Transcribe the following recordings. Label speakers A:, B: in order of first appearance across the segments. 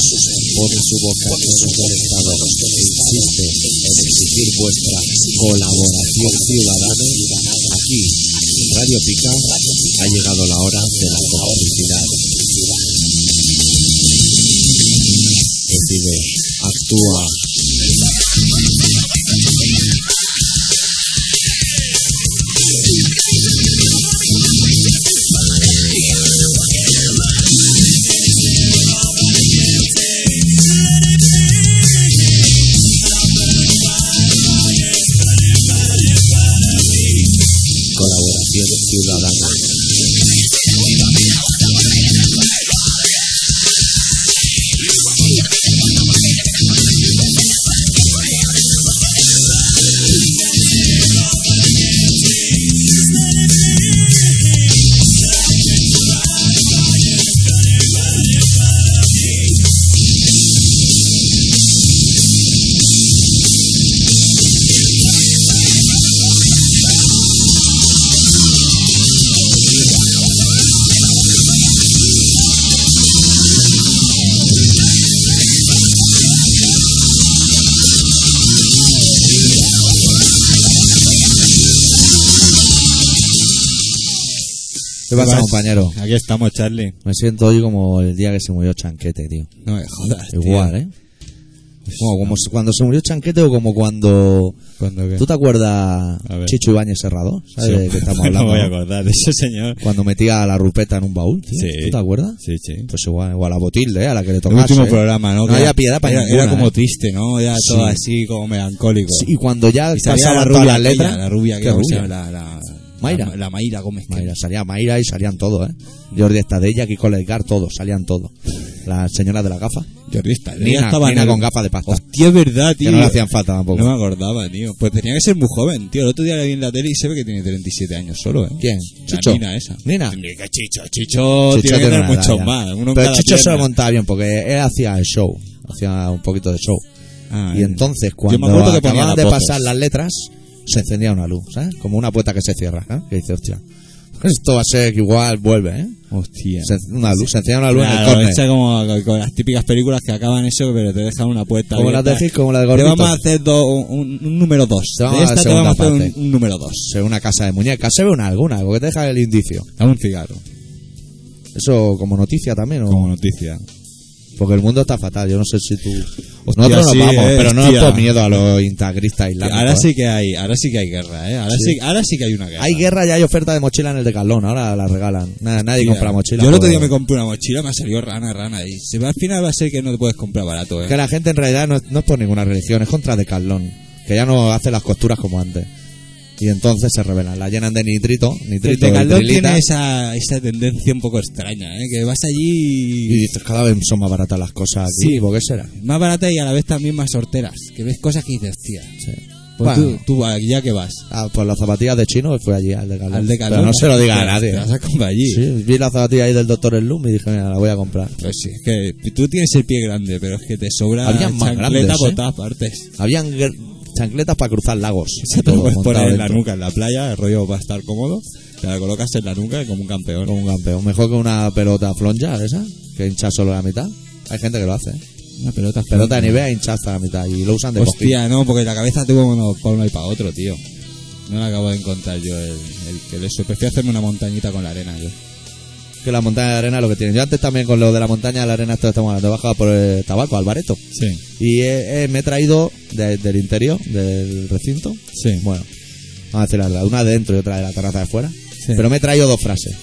A: pone su boca en el Estado e insiste en exigir vuestra colaboración ciudadana aquí. en Radio Pica ha llegado la hora de la complicidad. Decide, actúa, colaboración ciudadana.
B: ¿Qué pasa, compañero?
C: Aquí estamos, Charlie.
B: Me siento hoy como el día que se murió Chanquete, tío.
C: No me jodas. tío.
B: Igual, ¿eh? Como, como se- cuando se murió Chanquete o como cuando...
C: ¿Cuándo qué?
B: ¿Tú te acuerdas
C: A ver.
B: Chicho Ibáñez Serrado? ¿Sabes de qué estamos
C: no
B: hablando?
C: voy a
B: no?
C: acordar de ese señor.
B: Cuando metía la rupeta en un baúl, tío.
C: Sí.
B: ¿Tú te acuerdas?
C: Sí, sí.
B: Pues igual, o a la botilde, ¿eh? a la que le
C: El
B: tocase.
C: último
B: ¿eh?
C: programa, ¿no?
B: No
C: Que
B: había piedad para
C: era,
B: ninguna,
C: era como
B: ¿eh?
C: triste, ¿no? Era todo así como melancólico.
B: Sí, y cuando ya
C: Y salía
B: pasaban
C: la
B: todas
C: rubia,
B: las
C: aquella,
B: letras...
C: la rubia,
B: ¿Qué
C: aquella, ¿cómo se
B: rubia?
C: llama? la, la,
B: Mayra.
C: La, la Mayra Gómez. que-
B: Mayra, salía Mayra y salían todos, ¿eh? Jordi Estadella, Kiko Lesgar, todos, salían todos. La señora de la gafa.
C: Jordi está,
B: Nina,
C: ya estaba en
B: Nina
C: el-
B: con gafas de pasta.
C: Hostia, es verdad, tío.
B: que no le hacían falta tampoco.
C: No me acordaba, tío. Pues tenía que ser muy joven, tío. El otro día le vi en la tele y se ve que tiene 37 años solo, ¿eh?
B: ¿Quién?
C: La
B: Chicho.
C: Nina esa.
B: Nina.
C: Hombre, que Chicho, Chicho,
B: Chicho
C: tiene que
B: tiene
C: tener
B: una edad
C: muchos
B: ya.
C: más. Uno en
B: Pero
C: cada
B: Chicho se lo
C: pierna.
B: montaba bien porque él hacía el show, hacía un poquito de show.
C: Ah,
B: Y entonces
C: Yo
B: cuando
C: me acuerdo que ponía
B: acababan
C: las
B: de
C: voces.
B: pasar las letras, se encendía una luz, ¿sabes? Como una puerta que se cierra, ¿eh? Que dice, hostia, esto va a ser que igual vuelve, ¿eh?
C: Hostia.
B: Se, una luz, se encendía una luz en el
C: Claro,
B: córner.
C: echa como con- con las típicas películas que acaban eso, pero te dejan una puerta.
B: Como las
C: abierta.
B: de Gil, como la de
C: Te
B: Gordito.
C: vamos a hacer do- un, un número 2.
B: Te vamos
C: De
B: a dar
C: esta te
B: segunda
C: vamos a hacer un,
B: parte.
C: un número 2.
B: Se ve una casa de muñecas, se ve una alguna, algo que te deja el indicio.
C: Dame un cigarro,
B: Eso como noticia también, ¿o?
C: como noticia.
B: Porque el mundo está fatal, yo no sé si tú...
C: Hostia,
B: Nosotros
C: sí,
B: nos vamos,
C: eh,
B: pero no
C: hostia.
B: por miedo a los intagristas islámicos.
C: Ahora
B: ¿eh?
C: sí que hay, ahora sí que hay guerra, ¿eh? Ahora sí, ahora sí que hay una guerra.
B: Hay guerra y hay oferta de mochila en el Decathlon, ahora la regalan. Na- nadie
C: Mira,
B: compra mochila. pues,
C: Yo el otro
B: porque-
C: día me compré una mochila, me ha salido rana, rana. Y se va- al final va a ser que no te puedes comprar barato, ¿eh?
B: Que la gente en realidad no es, no es por ninguna religión, es contra Decathlon, que ya no hace las costuras como antes. Y entonces se revelan, la llenan de nitrito,
C: El
B: nitrito,
C: Decathlon
B: hidrilita,
C: tiene esa, esa tendencia un poco extraña, ¿eh? Que vas
B: y
C: allí y...
B: dices, cada vez son más baratas las cosas aquí,
C: Sí.
B: ¿por qué será?
C: Más barata y a la vez también más sorteras. Que ves cosas que dices, tía. Pues
B: Bueno.
C: tú, tú, ¿a- ya que vas.
B: Ah, pues las zapatillas de chino fue allí al Decathlon.
C: Al Decathlon.
B: Pero no se lo diga a
C: Te-
B: nadie.
C: Te vas a comprar allí.
B: Sí, vi las zapatillas ahí del Doctor Slum y dije, mira, la voy a comprar.
C: Pues sí, es que tú tienes el pie grande, pero es que te sobra
B: Habían más
C: chancleta
B: grandes,
C: por
B: ¿eh?
C: todas partes.
B: Habían gr- chancletas para cruzar lagos.
C: Esa te la
B: Todo
C: puedes
B: montado
C: poner en la
B: dentro.
C: nuca, en la playa, el rollo va a estar cómodo. Te la colocas en la nuca como un campeón.
B: Como un campeón. Mejor que una pelota flonja esa, que hincha solo la mitad. Hay gente que lo hace. ¿eh?
C: Una pelota.
B: Pelota de nieve hincha hasta la mitad y lo usan de cojín.
C: Hostia, no, porque la cabeza tengo uno para uno y para otro, tío. No la acabo de encontrar yo el, el que le Prefiero hacerme una montañita con la arena yo.
B: Que la montaña de arena es lo que tienen. Yo antes también con lo de la montaña de la arena esto estamos hablando. He bajado por el tabaco, Albareto.
C: Sí,
B: Y he- he- me he traído de- del interior, del recinto.
C: sí.
B: Bueno, vamos a decir la verdad. Una de dentro y otra de la terraza de fuera.
C: Sí.
B: Pero me he traído dos frases.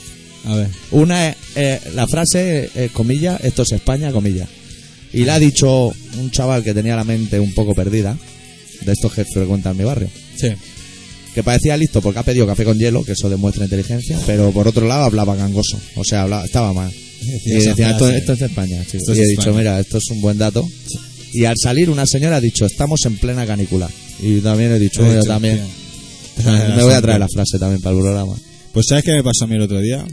C: A ver.
B: Una es eh, la frase, eh, comillas, esto es España, comillas. Y la ha dicho un chaval que tenía la mente un poco perdida, de estos que frecuentan mi barrio,
C: Sí.
B: que parecía listo porque ha pedido café con hielo, que eso demuestra inteligencia, pero por otro lado hablaba gangoso, o sea, hablaba- estaba mal. Y
C: Esa
B: decía, esto,
C: frase.
B: esto es de España, sí.
C: Esto es
B: Y he
C: España.
B: dicho, mira, esto es un buen dato. Y al salir una señora ha dicho, estamos en plena canícula. Y también he dicho,
C: Lo he
B: "Mira,
C: dicho,
B: también.
C: tío.
B: Me voy a traer la frase también para el programa.
C: Pues ¿sabes qué me pasó a mí el otro día?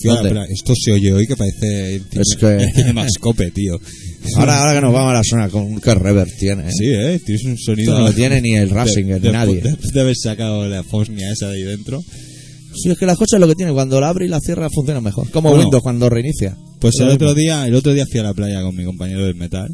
C: Fui a la
B: ¿Dónde?
C: pla- Esto se oye hoy que parece...
B: Es que-
C: mascope, tío.
B: Ahora, ahora que nos vamos a la zona, con qué rever tiene. ¿eh?
C: Sí, eh, tienes un sonido...
B: Esto no lo tiene ni el
C: de-
B: Ratzinger,
C: de-
B: nadie.
C: Después de haber sacado la Fosnia esa de ahí dentro.
B: Sí, es que las cosas es lo que tiene. Cuando la abre y la cierra funciona mejor. Como
C: Bueno.
B: Windows cuando reinicia.
C: Pues
B: Es
C: el
B: lo
C: otro
B: mismo.
C: día, el otro día fui a la playa con mi compañero del metal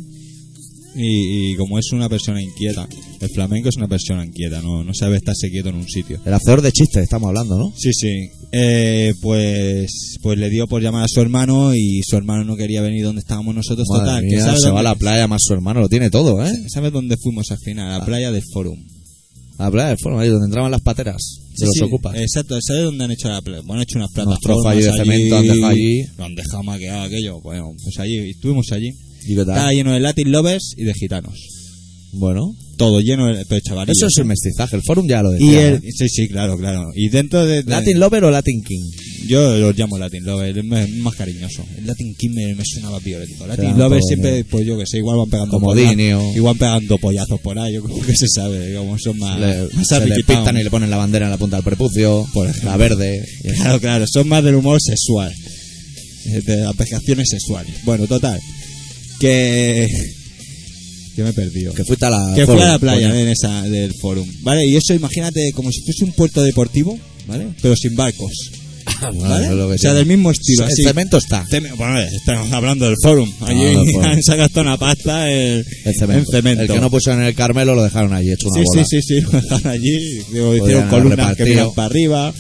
C: Y, y como es una persona inquieta, el flamenco es una persona inquieta, no, no sabe estarse quieto en un sitio.
B: El hacedor de chistes, estamos hablando, ¿no?
C: Sí, sí. Eh, pues, pues le dio por llamar a su hermano y su hermano no quería venir donde estábamos nosotros.
B: Madre
C: total, que
B: mía,
C: sabe
B: se
C: dónde-
B: va a la playa más su hermano, lo tiene todo, ¿eh? Ah.
C: ¿Sabes dónde fuimos al final? A la playa del Forum.
B: A la playa de forma, ahí donde entraban las pateras
C: Sí,
B: se los
C: sí, eh,
B: ocupas.
C: Exacto, ¿sabes dónde han hecho la playa? Bueno, han hecho unas
B: Unos
C: plataformas
B: trozos allí de cemento, han dejado allí.
C: Lo han dejado maqueado aquello. Bueno, pues allí, y estuvimos allí.
B: ¿Y qué tal?
C: Estaba lleno de Latin Lovers y de gitanos.
B: Bueno,
C: Todo lleno de pero chavalillos.
B: eso es el mestizaje, el forum ya lo decía.
C: Y
B: ¿eh?
C: el, sí, sí, claro, claro. Y dentro de, de-
B: ¿Latin Lover o Latin King?
C: yo los llamo Latin Lover, es más- más cariñoso. El Latin King me, me sonaba violento.
B: Claro, eh,
C: Latin Lover
B: pobre.
C: siempre, pues yo que sé, igual van pegando
B: Como
C: polla-
B: Dini o-
C: igual pegando pollazos por ahí, yo creo que se sabe, como son más,
B: Le-
C: más
B: se le
C: arriquitaos.
B: pintan y le ponen la bandera en la punta del prepucio, la verde. y eso.
C: Claro, claro, son más del humor sexual. eh, De las vejaciones sexuales. Bueno, total. Que. Que me he perdido.
B: que fuiste a la,
C: Que fue
B: forum,
C: a la playa eh.
B: coño.
C: en esa del forum. Vale, y eso imagínate como si fuese un puerto deportivo, ¿vale? Pero sin barcos.
B: Ah, bueno,
C: ¿Vale?
B: eso es lo que
C: o sea,
B: sea.
C: del mismo estilo.
B: El
C: así.
B: cemento está.
C: Cem- bueno, eh, estamos hablando del forum. Allí
B: Ah, del forum.
C: se ha gastado una pasta en
B: El cemento.
C: en cemento.
B: El que no pusieron en el Carmelo lo dejaron allí hecho una
C: Sí,
B: bola.
C: sí, sí, sí, lo dejaron allí, digo, hicieron
B: haber
C: columnas que
B: repartido.
C: miran para arriba.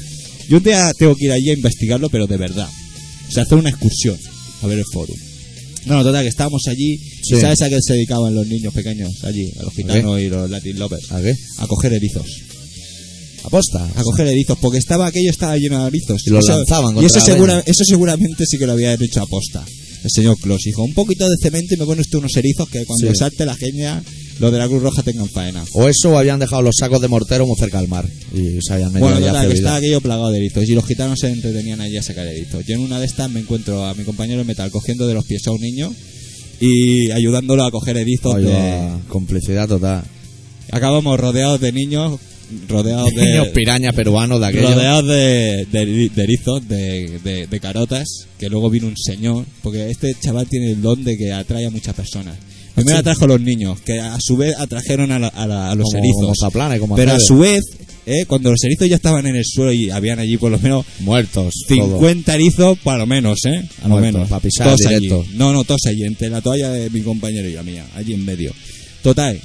C: Yo un día tengo que ir allí a investigarlo, pero de verdad. O sea, hacer una excursión a ver el foro. No, no, total, que estábamos allí.
B: Sí.
C: ¿Y sabes a qué se dedicaban los niños pequeños allí? A los gitanos y los Latin lovers.
B: ¿A qué?
C: A coger erizos.
B: Aposta.
C: A coger erizos, porque estaba aquello estaba lleno de erizos.
B: Y los
C: Eso-
B: lanzaban
C: Y
B: contra
C: eso,
B: la
C: segura-
B: arena.
C: eso seguramente sí que lo había hecho aposta. El señor Clos dijo, un poquito de cemento y me pones tú unos erizos que cuando
B: Sí.
C: salte la genia, los de la Cruz Roja tengan faena.
B: O eso, o habían dejado los sacos de mortero muy cerca al mar. Y se habían metido
C: Bueno,
B: allí a
C: total,
B: hacer
C: que estaba
B: vida.
C: aquello plagado de erizos y los gitanos se entretenían allí a sacar erizos. Yo en una de estas me encuentro a mi compañero en metal cogiendo de los pies a un niño y ayudándolo a coger erizos.
B: Oye,
C: de-
B: complicidad total.
C: Acabamos rodeados de niños, rodeados de
B: Niños piraña peruanos de aquello.
C: rodeados de, de- de erizos, de, de- de carotas, que luego vino un señor, porque este chaval tiene el don de que atrae a muchas personas. Primero
B: sí?
C: atrajo a los niños, que a su vez atrajeron a, la- a la- a los
B: como,
C: erizos.
B: Como Zaplana y como
C: Pero a
B: Aceves.
C: su vez, eh, cuando los erizos ya estaban en el suelo y habían allí por lo menos
B: Muertos. todos.
C: 50 erizos para lo menos, ¿eh? A lo
B: Muertos,
C: menos.
B: pa' pisar directo.
C: allí. No, no, todos allí, entre la toalla de mi compañero y la mía, allí en medio. Total,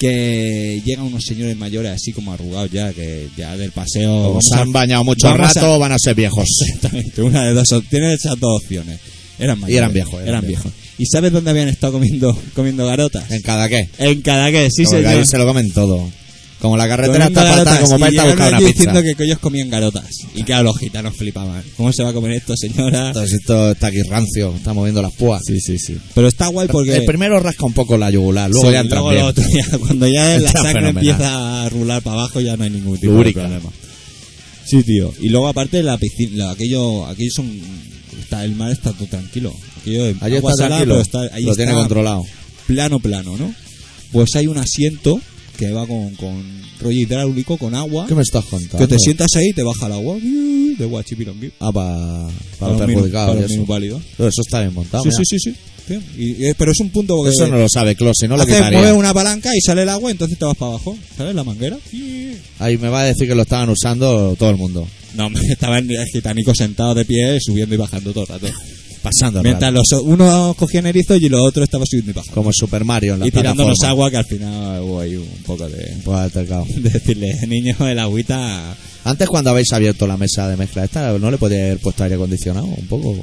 C: que llegan unos señores mayores así como arrugados ya, que ya del paseo...
B: Como
C: vamos
B: se
C: a-
B: han bañado mucho
C: vamos
B: rato, van a ser viejos.
C: Exactamente, una de dos op- Tienes esas dos opciones. Eran mayores.
B: Y eran viejos, eran
C: viejos. ¿Y sabes dónde habían estado comiendo, comiendo garotas?
B: ¿En cada qué?
C: En Cadaqués, sí
B: Como que
C: señor.
B: ahí se lo comen todo. Como la carretera
C: Comiendo
B: está faltada,
C: garotas,
B: como
C: y
B: para irte a
C: llegaron
B: buscar una
C: allí
B: pizza.
C: diciendo que ellos comían garotas. Y claro, los gitanos flipaban. ¿Cómo se va a comer esto, señora?
B: Entonces esto está aquí rancio, está moviendo las púas.
C: Sí, sí, sí. Pero está guay porque.
B: El primero rasca un poco la yugular, luego
C: Sí,
B: ya entras
C: luego
B: bien.
C: lo otro día, cuando ya la
B: Está
C: sangre
B: fenomenal.
C: empieza a rular para abajo, ya no hay ningún tipo
B: Lúbrica.
C: de problema. Sí, tío. Y luego, aparte, la piscina, la- aquello, aquello son. Está, el mar está todo tranquilo. Aquello de
B: Allí
C: agua
B: está
C: salada,
B: tranquilo,
C: pero está- ahí
B: lo tiene
C: está
B: controlado.
C: plano, plano, ¿no? Pues hay un asiento que va con, con rollo hidráulico, con agua.
B: ¿Qué me estás contando?
C: ¿Ah? Que te sientas ahí y te baja el agua. De guachipirongui.
B: Ah, para
C: Para
B: para
C: los
B: perjudicados
C: minu- para
B: y
C: los
B: eso.
C: minusválidos.
B: Pero eso está bien montado.
C: sí,
B: mira.
C: sí, sí, sí. Tío. Y- eh, pero es un punto porque
B: Eso no lo sabe Klaus, si no lo
C: haces-
B: quitaría.
C: mueves una palanca y sale el agua, entonces te vas para abajo. ¿Sabes? La manguera.
B: Ahí me va a decir que lo estaban usando todo el mundo.
C: No, hombre, estaban gitanicos sentados de pie, subiendo y bajando todo el rato.
B: Pasando el
C: Mientras
B: rato.
C: los uno cogían erizos y los otros estaba subiendo y bajando.
B: Como Super Mario en la
C: Y tirándonos
B: plataforma.
C: agua que al final hubo ahí un poco de,
B: Pues altercado.
C: de decirle, niño, el agüita.
B: Antes cuando habéis abierto la mesa de mezcla esta, ¿no le podíais haber puesto aire acondicionado un poco?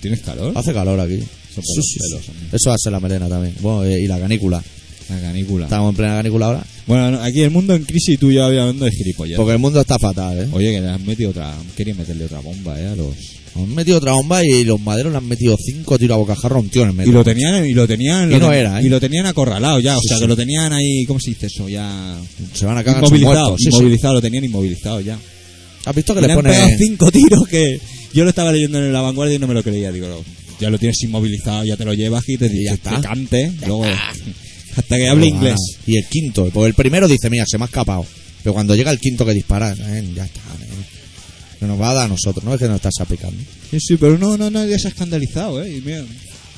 C: ¿Tienes calor?
B: Hace calor aquí.
C: Son pelos,
B: Sí, sí, sí.
C: pelos, hombre.
B: Eso hace la melena también. Bueno, y y la canícula.
C: La canícula.
B: Estamos en plena canícula ahora.
C: Bueno, no, aquí el mundo en crisis y tú ya hablando de gilipollas.
B: Porque el mundo está fatal, ¿eh?
C: Oye, que le has metido otra. Quería meterle otra bomba, eh, a los.
B: Han metido otra bomba y los maderos le han metido cinco tiros a bocajarra a un tío en el
C: Y
B: medio.
C: lo tenían, y lo tenían,
B: Y
C: lo
B: no
C: ten-
B: era, ¿eh?
C: y lo tenían acorralado ya, o
B: Sí,
C: sea
B: sí.
C: que lo tenían ahí, ¿cómo se dice eso? Ya
B: Se van a cagar sus
C: inmovilizado,
B: muertos. Sí, sí.
C: inmovilizado, lo tenían inmovilizado ya.
B: ¿Has visto que
C: Y
B: le
C: le han pegado
B: ponen...
C: cinco tiros que yo lo estaba leyendo en la vanguardia y no me lo creía, digo, no, ya lo tienes inmovilizado, ya te lo llevas y te
B: ya
C: dices,
B: está.
C: te cante, luego hasta que hable
B: Ah,
C: inglés.
B: Y el quinto, porque el primero dice, mira, se me ha escapado. Pero cuando llega el quinto que dispara, "Nen, ya está, nen". No nos va a dar a nosotros, ¿no? Es que nos estás aplicando.
C: Sí, sí, pero no, no, nadie se ha escandalizado, eh. y mira.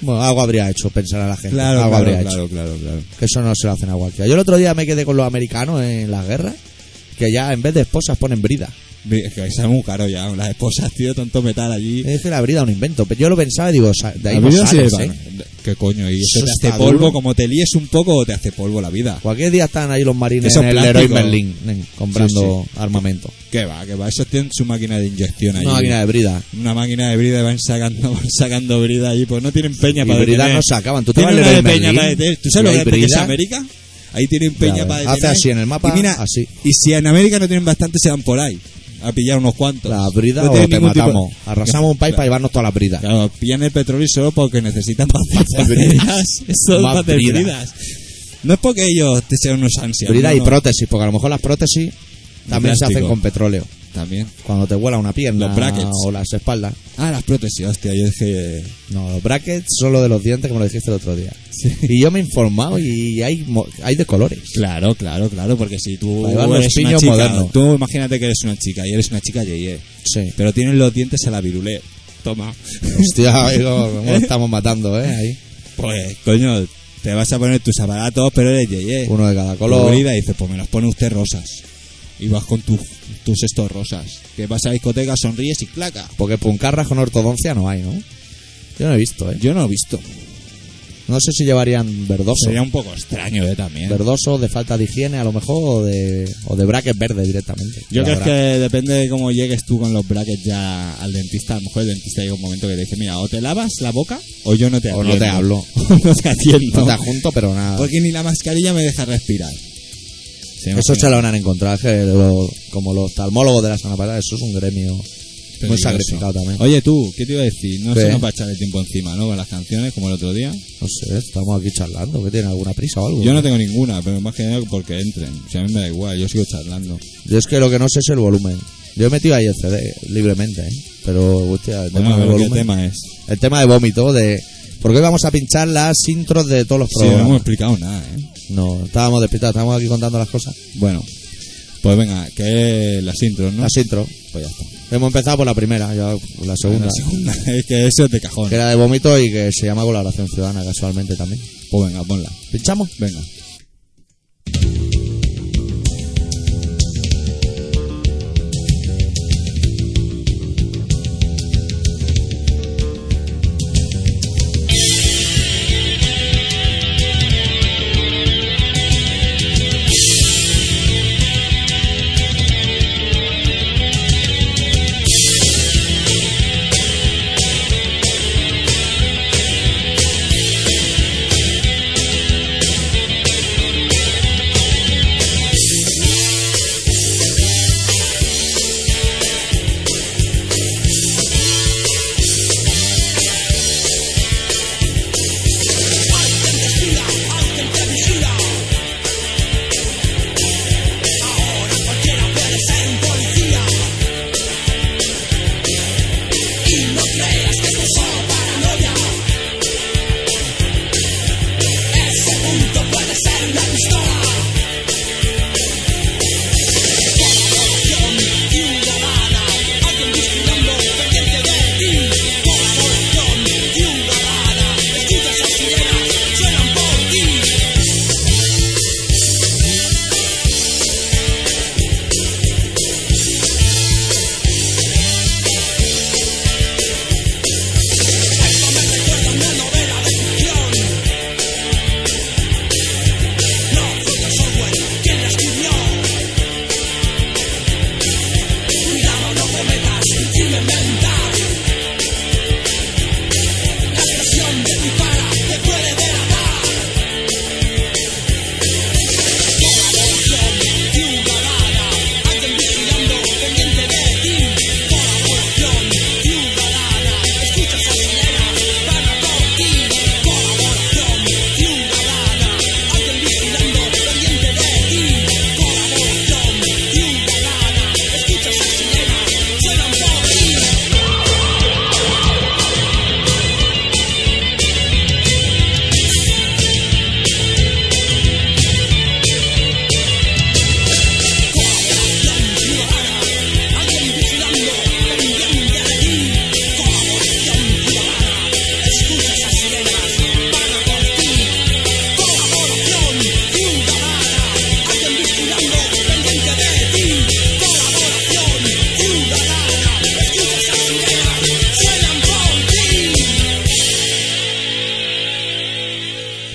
B: Bueno, algo habría hecho, pensar a la gente.
C: Claro,
B: algo
C: claro,
B: habría hecho.
C: claro, claro, claro.
B: Que eso no se lo hacen a cualquiera. Yo el otro día me quedé con los americanos en las guerras, que ya en vez de esposas ponen bridas.
C: Es que sale muy caro ya. Las esposas, tío, tanto metal allí.
B: Es que le habría dado un invento. Pero yo lo pensaba y digo, sa- de ahí no
C: Habido
B: sales,
C: así de
B: ¿eh?
C: vano. ¿Qué coño? Y eso
B: Eso
C: te
B: está
C: hace polvo,
B: duro.
C: como te líes un poco, te hace polvo la vida.
B: Cualquier día están ahí los marines
C: Esos
B: en el
C: plásticos.
B: Leroy Merlin nen, comprando armamento.
C: Que va, que va. Eso tienen su máquina de inyección allí.
B: Una máquina de brida.
C: Una máquina de brida y van sacando, van sacando brida allí. Pues no tienen peña
B: Y
C: para
B: brida
C: detener.
B: no sacaban. ¿Tú te
C: Tienen
B: vas
C: una
B: al
C: de
B: Leroy
C: peña
B: Merlin?
C: para detener. ¿Tú sabes
B: ¿Y
C: lo
B: hay
C: que es
B: brida?
C: América? Ahí tienen peña
B: Ya
C: para
B: ves.
C: detener.
B: Hace así en el mapa,
C: Y mira,
B: así.
C: Y si en América no tienen bastante, se van por ahí. A pillar unos cuantos.
B: La brida
C: No
B: o
C: tienen
B: te
C: ningún tipo-
B: matamos. Arrasamos un país para llevarnos toda la brida.
C: Claro, pillan el petróleo solo porque necesitan más bridas. Eso
B: Más
C: más de
B: bridas.
C: bridas. No es porque ellos te sean unos ansias.
B: Brida
C: no,
B: y
C: no.
B: prótesis, porque a lo mejor las prótesis también se
C: plástico.
B: hacen con petróleo.
C: También.
B: Cuando te vuela una pierna
C: Los brackets.
B: o las espaldas.
C: Ah, las prótesis, hostia, yo dije.
B: No, los brackets son los de los dientes, como lo dijiste el otro día. Y yo me he informado y hay, mo- hay de colores.
C: Claro, claro, claro, porque si tú
B: Para llevar Pues los
C: eres una
B: piños
C: chica,
B: modernos.
C: tú imagínate que eres una chica y eres una chica yeye,
B: Sí.
C: pero tienes los dientes a la virulé. Toma.
B: Hostia, amigo, cómo lo estamos matando, ¿eh? Ahí.
C: Pues, coño, te vas a poner tus aparatos, pero eres yeye.
B: Uno de cada color.
C: Brida y dices, pues me los pone usted rosas. Y vas con tus tus estos rosas. Que vas a discoteca, sonríes y placa.
B: Porque puncarras con ortodoncia no hay, ¿no? Yo no he visto, ¿eh?
C: Yo no lo he visto.
B: No sé si llevarían verdoso.
C: Sería un poco extraño, eh, también.
B: Verdoso de falta de higiene, a lo mejor, o de, o de brackets verde directamente.
C: Yo
B: La
C: creo que
B: verdad.
C: depende de cómo llegues tú con los brackets ya al dentista. A lo mejor el dentista llega un momento que te dice, mira, o te lavas la boca o yo no te
B: O
C: atiendo.
B: no te hablo.
C: no te atiendo.
B: No Pues, te junto, pero nada.
C: Porque ni la mascarilla me deja respirar. Sí,
B: Eso
C: imagínate.
B: se lo van a encontrar, es que lo- como los oftalmólogos de la Semana Pasada, eso es un gremio muy
C: Peligroso.
B: sacrificado también.
C: Oye, tú, ¿qué te iba a decir? No
B: ¿Qué?
C: se nos va a echar el tiempo encima, ¿no? Con las canciones, como el otro día.
B: No sé, estamos aquí charlando, que tiene alguna prisa o algo.
C: Yo no tengo ninguna, pero más que nada porque entren. O sea, a mí me da igual, yo sigo charlando.
B: Yo es que lo que no sé es el volumen. Yo he metido ahí el CD libremente, ¿eh? pero hostia, el
C: Bueno,
B: tema
C: a
B: del
C: ver qué
B: volumen-
C: tema es.
B: El tema de vómito, de. Porque hoy vamos a pinchar las intros de todos los
C: Sí, no hemos
B: programas.
C: explicado nada, ¿eh?
B: no, estábamos despistados, estábamos aquí contando las cosas.
C: Bueno, pues venga, que las intros, ¿no?
B: Las intros.
C: Pues ya está.
B: Hemos empezado por la primera, ya por la segunda.
C: La segunda, es que eso es de cajón.
B: Que era de vómito y que se llama colaboración ciudadana casualmente también.
C: Pues venga, ponla.
B: ¿Pinchamos?
C: Venga.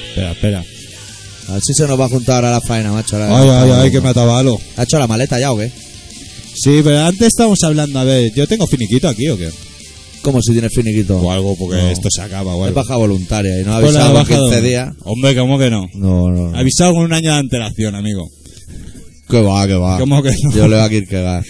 C: Espera, espera.
B: A ver si se nos va a juntar ahora la faena, macho. ahora-
C: Ay, ay, ay, que me atabalo.
B: ¿Ha hecho la maleta ya o qué?
C: Sí, pero antes estábamos hablando, a ver, ¿yo tengo finiquito aquí o qué?
B: ¿Cómo si tienes finiquito?
C: O algo, porque
B: No.
C: esto se acaba o
B: Es
C: algo.
B: baja voluntaria y no ha
C: Pues la
B: avisado en
C: he bajado.
B: 15 días.
C: Hombre, ¿cómo que no?
B: No, no, no.
C: Avisado con un año de antelación, amigo.
B: Que va, que va.
C: ¿Cómo que no?
B: Yo le voy a Kierkegaard.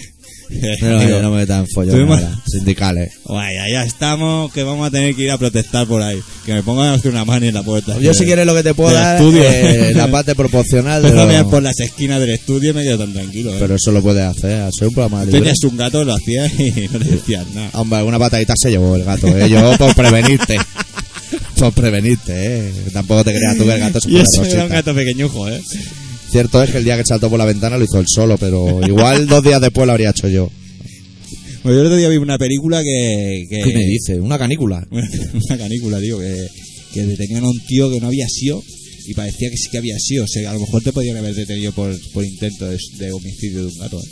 B: No,
C: Amigo,
B: no, no me metas en follones
C: Tuvimos-
B: ahora, Sindicales.
C: Vaya, Eh, ya estamos, que vamos a tener que ir a protestar por ahí. Que me pongan a hacer una mano en la puerta.
B: Yo si quieres lo que te puedo
C: del
B: dar
C: estudio.
B: eh, la parte proporcional de
C: Empiezo a
B: lo-
C: mirar por las esquinas del estudio y me quedo tan tranquilo. ¿eh?
B: Pero eso lo puedes hacer, soy un programa libre.
C: Tenías un gato, lo hacías y no le decías nada.
B: Hombre, una patadita se llevó el gato, ¿eh? Yo por prevenirte. por prevenirte, ¿eh? Tampoco te creas tú que el gato se
C: Y
B: fue a
C: eso era
B: Rosita.
C: un gato pequeñujo, ¿eh?
B: Cierto es que el día que saltó por la ventana lo hizo él solo, pero igual dos días después lo habría hecho yo.
C: Bueno, yo el otro día vi una película que... que
B: ¿Qué Eh, me dices? ¿Una canícula?
C: una, una canícula, digo, que, que detenían a un tío que no había sido y parecía que sí que había sido. O sea, a lo mejor te podían haber detenido por, por intento de, de homicidio de un gato. ¿eh?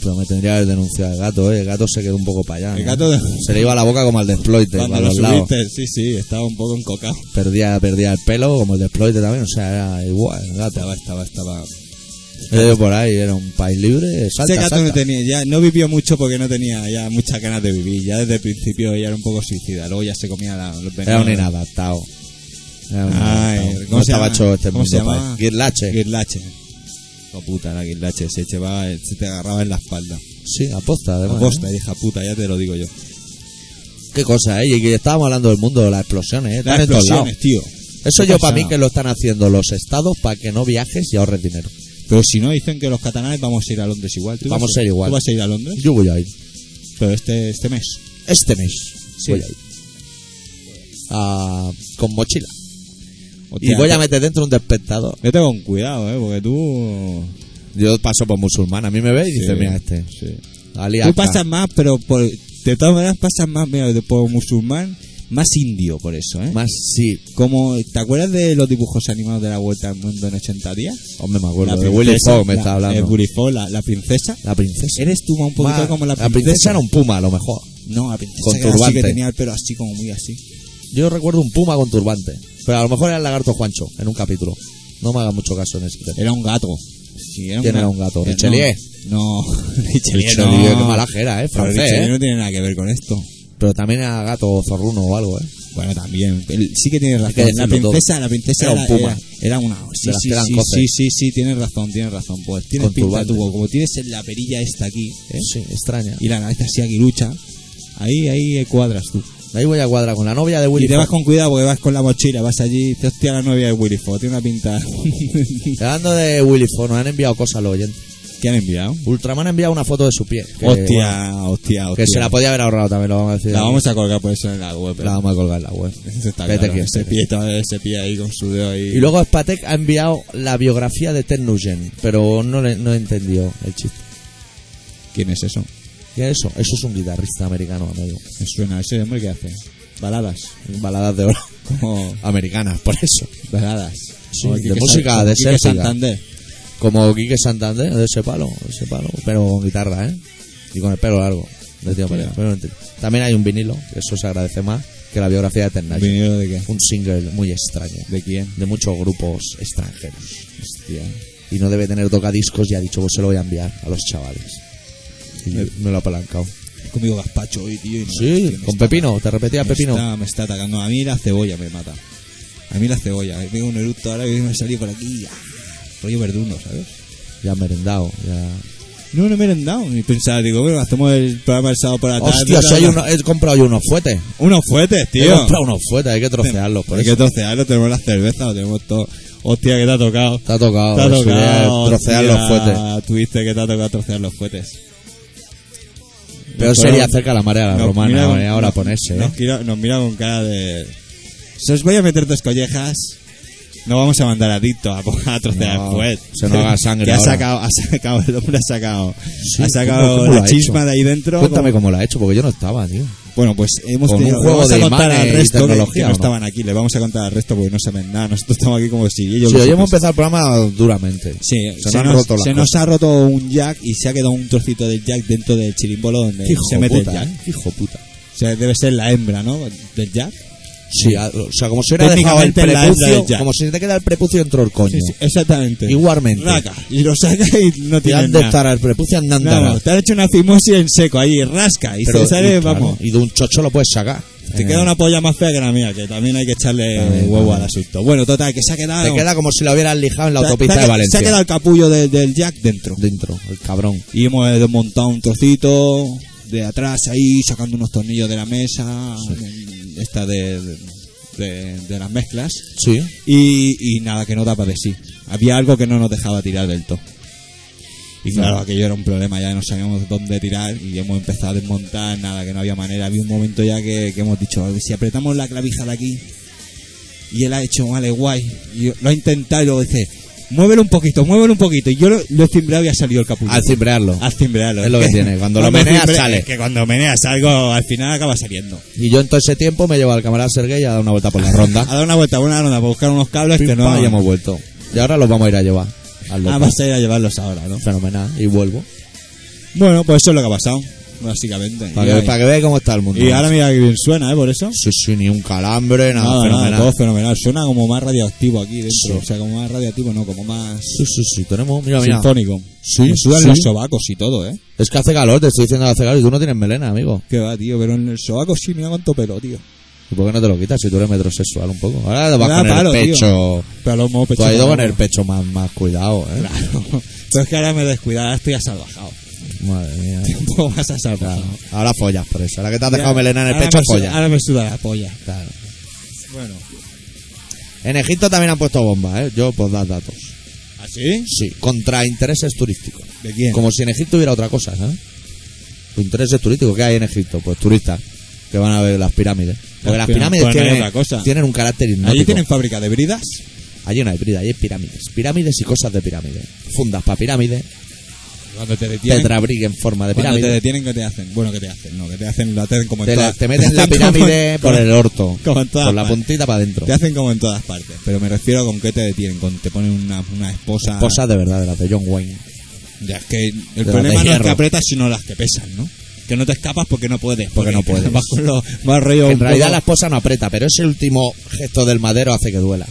B: Pero me tendría que haber denunciado el gato, ¿eh? El gato se quedó un poco para allá.
C: El
B: ¿no?
C: gato Ah, de-
B: Se le iba la boca como al desploite,
C: Cuando
B: para
C: lo
B: los lados.
C: subiste, sí, sí, estaba un poco encocado.
B: Perdía, perdía el pelo, como el desploite también, o sea, era igual el gato.
C: Estaba, estaba, estaba...
B: Yo por ahí, era un país libre, salta,
C: Ese gato
B: salta.
C: no tenía, ya no vivió mucho porque no tenía ya muchas ganas de vivir. Ya desde el principio ya era un poco suicida. Luego ya se comía la, los
B: Era
C: venenos.
B: un inadaptado. Era un
C: Ay,
B: inadaptado.
C: ¿cómo
B: no
C: se
B: estaba
C: llama?
B: hecho este
C: ¿Cómo se
B: mundo
C: llama?
B: para él. Guirlache.
C: Guirlache. Hijo Oh, puta, la guirlache. Se, llevaba, se te agarraba en la espalda.
B: Sí, aposta, además.
C: Aposta,
B: ¿eh?
C: hija puta, ya te lo digo yo.
B: Qué cosa, ¿eh? Y que estábamos hablando del mundo de las explosiones, ¿eh? Están
C: Las
B: en todos lados.
C: explosiones, tío.
B: Eso
C: No
B: yo
C: pasa
B: para mí
C: nada.
B: que lo están haciendo los estados para que no viajes y ahorres dinero.
C: Pero si no, dicen que los catalanes vamos a ir a Londres igual. ¿Tú
B: Vamos
C: vas
B: a ir igual.
C: ¿Tú vas a ir a Londres?
B: Yo voy a ir.
C: Pero este, este mes.
B: Este mes.
C: Sí.
B: Voy a ir. Ah, con mochila.
C: Hostia, pues-
B: Y voy a
C: vete-
B: meter dentro un despertador.
C: Vete con cuidado, eh, porque tú...
B: Yo paso por musulmán. A mí me ve y dice,
C: Sí,
B: mira este.
C: sí.
B: aliaca".
C: Tú pasas más, pero por, de todas maneras pasas más, mira, de por musulmán, más indio por eso, ¿eh?
B: Más, sí.
C: Como, ¿Te acuerdas de los dibujos animados de la Vuelta al Mundo en 80 días?
B: Hombre, me acuerdo.
C: La
B: de Willy
C: princesa,
B: Fogg me
C: la-
B: está
C: eh,
B: hablando.
C: Willy Fogg, la, la princesa.
B: La princesa.
C: ¿Eres tú un poquito
B: Ma-
C: como la princesa?
B: era un puma, a lo mejor.
C: No, la princesa
B: Con
C: que era así, que
B: turbante.
C: tenía el pelo así como muy así.
B: Yo recuerdo un puma con turbante. Pero a lo mejor era el lagarto Juancho en un capítulo. No me haga mucho caso en ese tema.
C: Era un gato. Sí, era un
B: ¿Quién
C: gato.
B: era un gato?
C: Eh,
B: ¿Richelieu?
C: No, no. Richelieu
B: Richelieu,
C: no.
B: qué malajera, eh,
C: Pero
B: francés,
C: Richelieu
B: eh.
C: no tiene nada que ver con esto.
B: Pero también era gato zorruno o algo, ¿eh?
C: Bueno, también. Él sí que tiene razón.
B: que
C: la
B: decirlo
C: princesa, la princesa
B: Era un puma.
C: Era, era una. Sí,
B: De las
C: sí,
B: que eran
C: sí,
B: coces.
C: sí, sí, sí, tienes razón, tienes razón. Pues tienes
B: Con
C: pinta
B: turbante.
C: tubo. Como tienes en la perilla esta aquí, ¿eh?
B: Sí, extraña.
C: y la nariz así aguilucha, ahí, ahí cuadras tú.
B: Ahí voy a cuadra con la novia de Willy
C: y te vas
B: Fogg.
C: con cuidado porque vas con la mochila, vas allí y dices, hostia, la novia de Willy Fogg, tiene una pinta.
B: Hablando de Willy Fogg, nos han enviado cosas los oyentes.
C: ¿Qué han enviado?
B: Ultraman ha enviado una foto de su pie. que, bueno,
C: hostia, hostia,
B: que
C: hostia.
B: se la podía haber ahorrado también, lo vamos a decir.
C: La vamos a colgar por eso en la web. ¿eh?
B: La vamos a colgar en la web.
C: Eso está
B: Vete
C: claro.
B: aquí,
C: ese,
B: vete.
C: pie, todo ese pie ahí con su dedo ahí.
B: Y luego Spatek ha enviado la biografía de Ted Nugent, pero no, le, no entendió el chiste.
C: ¿Quién es eso?
B: ¿Qué es eso? Eso es un guitarrista americano, amigo.
C: Me suena ese hombre que hace. Baladas.
B: Baladas de oro.
C: Como.
B: Americanas, por eso.
C: Baladas. Como
B: de
C: Quique
B: música
C: San- como Quique
B: desértica.
C: Santander.
B: Como Quique Santander, de ese palo, de ese palo, pero con guitarra, ¿eh? Y con el pelo largo. de tío
C: Hostia.
B: Pérez. Pero no entiendo. También hay un vinilo, que eso se agradece más, que la biografía de Ted Nugent.
C: ¿Vinilo de qué?
B: Un single muy extraño,
C: ¿De quién?
B: de muchos grupos extranjeros.
C: Hostia.
B: Y no debe tener tocadiscos y ha dicho, pues se lo voy a enviar a los chavales. Y
C: Eh.
B: yo me lo ha apalancado.
C: He comido gazpacho hoy, tío. y no- hostia,
B: Sí,
C: Ah, me
B: con
C: está-
B: Pepino, te repetía
C: me
B: Pepino.
C: está- me está atacando. A mí la cebolla me mata. A mí la cebolla. eh. Tengo un eructo ahora que me ha salido por aquí. ¡ah! Rollo verduno, ¿sabes?
B: Ya merendado, ya...
C: No, no me he rendado. Y pensaba, digo, bueno, hacemos el programa el sábado por la tarde.
B: Hostia,
C: tal,
B: si hay
C: tal.
B: uno- he comprado yo unos fuetes.
C: Unos fuetes,
B: He
C: tío.
B: comprado unos fuetes, hay que trocearlos, por
C: Hay
B: eso.
C: que trocearlo, tenemos la cerveza, lo tenemos todo. Hostia, que te ha tocado.
B: Te ha tocado,
C: Te ha
B: eso,
C: tocado.
B: ya, trocear
C: hostia,
B: los fuetes.
C: Tuviste que te ha tocado trocear los fuetes.
B: Pero
C: Nos
B: sería
C: fueron-
B: cerca la marea la
C: nos
B: romana,
C: mira con-
B: eh, ahora
C: nos-
B: ponerse.
C: Nos,
B: eh.
C: mira, nos mira con cara de. Si os voy a meter dos collejas, no vamos a mandar adicto a, a trocear
B: No,
C: el fuet.
B: se nos haga sangre
C: Que ha
B: ahora.
C: sacado, ha sacado, el hombre ha sacado,
B: Sí,
C: ha sacado
B: ¿cómo- cómo lo
C: la
B: ha
C: chisma
B: hecho?
C: de ahí dentro.
B: Cuéntame cómo lo ha hecho, porque yo no estaba, tío.
C: Bueno, pues hemos
B: Con
C: tenido.
B: un juego
C: vamos a
B: de
C: contar
B: imanes
C: al
B: y
C: resto que- que,
B: tecnología, ¿o
C: no
B: no?
C: estaban aquí. Le vamos a contar al resto porque no saben nada. Nosotros estamos aquí como si ellos.
B: Sí, hoy
C: los-
B: hemos empezado el programa duramente.
C: Sí,
B: se
C: se,
B: nos han
C: nos,
B: roto las
C: se
B: cosas.
C: nos ha roto un jack y se ha quedado un trocito del jack dentro del chirimbolo donde
B: Hijo
C: se mete
B: puta,
C: el jack.
B: eh, hijo puta.
C: O sea, debe ser la hembra, ¿no? Del jack.
B: Sí, a- o sea, como se hubiera dejado el
C: Técnicamente en la
B: prepucio,
C: hebra es ya.
B: como si te queda el prepucio dentro del coño.
C: Sí, sí, exactamente.
B: Igualmente.
C: Raca, y lo saca y no
B: Y
C: tiene
B: han de
C: nada.
B: estar el prepucio andando.
C: Nada, te ha hecho una fimosis en seco ahí, rasca y se sale,
B: y, claro,
C: vamos.
B: y de un chocho lo puedes sacar.
C: Te
B: Eh,
C: queda una polla más fea que la mía, que también hay que echarle huevo al asunto. Bueno, total, que se ha quedado.
B: te queda como si lo hubieras lijado en la
C: se ha-
B: autopista
C: se ha-
B: de Valencia.
C: Se ha quedado el capullo de- del Jack dentro.
B: dentro, el cabrón.
C: Y hemos eh, desmontado un trocito de atrás ahí, sacando unos tornillos de la mesa, esta de, de, de las mezclas.
B: Sí.
C: Y, y nada, que no daba de sí. Había algo que no nos dejaba tirar del todo. Y claro, aquello era un problema, ya no sabíamos dónde tirar y hemos empezado a desmontar, nada, que no había manera. Había un momento ya que, que hemos dicho, si apretamos la clavija de aquí y él ha hecho, vale, guay, y yo- lo ha intentado y luego dice, muévelo un poquito, muévelo un poquito. Y yo lo, lo he cimbreado y ha salido el capullo.
B: Al cimbrearlo.
C: Al cimbrearlo.
B: Es lo que tiene, cuando lo meneas,
C: cimbre-
B: sale.
C: es que cuando meneas algo, al final acaba saliendo.
B: Y yo en todo ese tiempo me llevo al camarada Sergei y a dar una vuelta por la
C: A
B: ronda.
C: dar una vuelta, una ronda, para buscar unos cables
B: Ah. Pim,
C: que no
B: pam, y hemos vuelto. Y ahora los vamos a ir a llevar. Al
C: Ah,
B: local.
C: vas a ir a llevarlos ahora, ¿no?
B: Fenomenal. Y vuelvo.
C: Bueno, pues eso es lo que ha pasado, básicamente. Y
B: Para que,
C: ahí-
B: para que veáis cómo está el mundo.
C: Y ahora mira que bien suena, ¿eh? Por eso.
B: Sí, sí, ni un calambre, nada.
C: nada,
B: fenomenal.
C: nada, todo fenomenal. Suena como más radioactivo aquí dentro.
B: Sí.
C: O sea, como más radioactivo, no, como más
B: Sí, sí, sí. Tenemos. Mira, mira.
C: sinfónico.
B: Sí,
C: Me sudan
B: sí.
C: los sobacos y todo, ¿eh?
B: Es que hace calor, te estoy diciendo que hace calor y tú no tienes melena, amigo.
C: Que va, tío, pero en el sobaco sí, mira cuánto pelo, tío.
B: ¿Y por qué no te lo quitas si tú eres metrosexual un poco? Ahora te vas
C: Me da
B: con
C: Ah, palo,
B: el
C: tío.
B: pecho.
C: Pero lo hemos
B: Tú has Pues ido
C: pechado
B: con el
C: algo.
B: pecho más, más cuidado, ¿eh?
C: Claro. Pero es que ahora me he descuidado, ahora estoy asalvajado.
B: Madre mía.
C: Un poco más asalvajado.
B: Claro. Ahora follas por eso. Ahora que te has dejado
C: Ya,
B: melena en el
C: ahora ah.
B: pecho,
C: me su-
B: follas.
C: Ahora me suda la polla.
B: Claro.
C: Bueno.
B: En Egipto también han puesto bombas, ¿eh? Yo pues dar datos.
C: ¿Así?
B: Sí, contra intereses turísticos.
C: ¿De quién?
B: Como si en Egipto hubiera otra cosa, ¿eh? Intereses turísticos. ¿Qué hay en Egipto? Pues turistas que van a ver las pirámides. Porque
C: Las
B: las pirámides
C: pirámides, pues no hay
B: tienen,
C: otra cosa.
B: tienen un carácter hipnótico.
C: Allí tienen fábrica de bridas.
B: Allí no hay brida, allí hay pirámides. Pirámides y cosas de pirámides. Fundas para pirámides,
C: Cuando te detienen.
B: tetrabric en forma de
C: Cuando te
B: pirámide.
C: detienen, ¿qué te hacen? Bueno, ¿qué te hacen? No, que te hacen, lo hacen como en
B: Te, la-
C: todas-
B: te meten la
C: hacen como en-
B: pirámide por
C: como-
B: el orto.
C: como en todas
B: Con la
C: partes.
B: puntita para adentro.
C: Te hacen como en todas partes. Pero me refiero con que te detienen, con te ponen una, una esposa.
B: Cosas de verdad, de las de John Wayne.
C: Ya, es que el
B: de
C: problema no es
B: hierro.
C: que apretas, sino las que pesan, ¿no? Que no te escapas porque no puedes.
B: Porque no puedes.
C: Vas con los más rollo.
B: En
C: un
B: realidad
C: poco-
B: la esposa no aprieta, pero ese último gesto del madero hace que duela.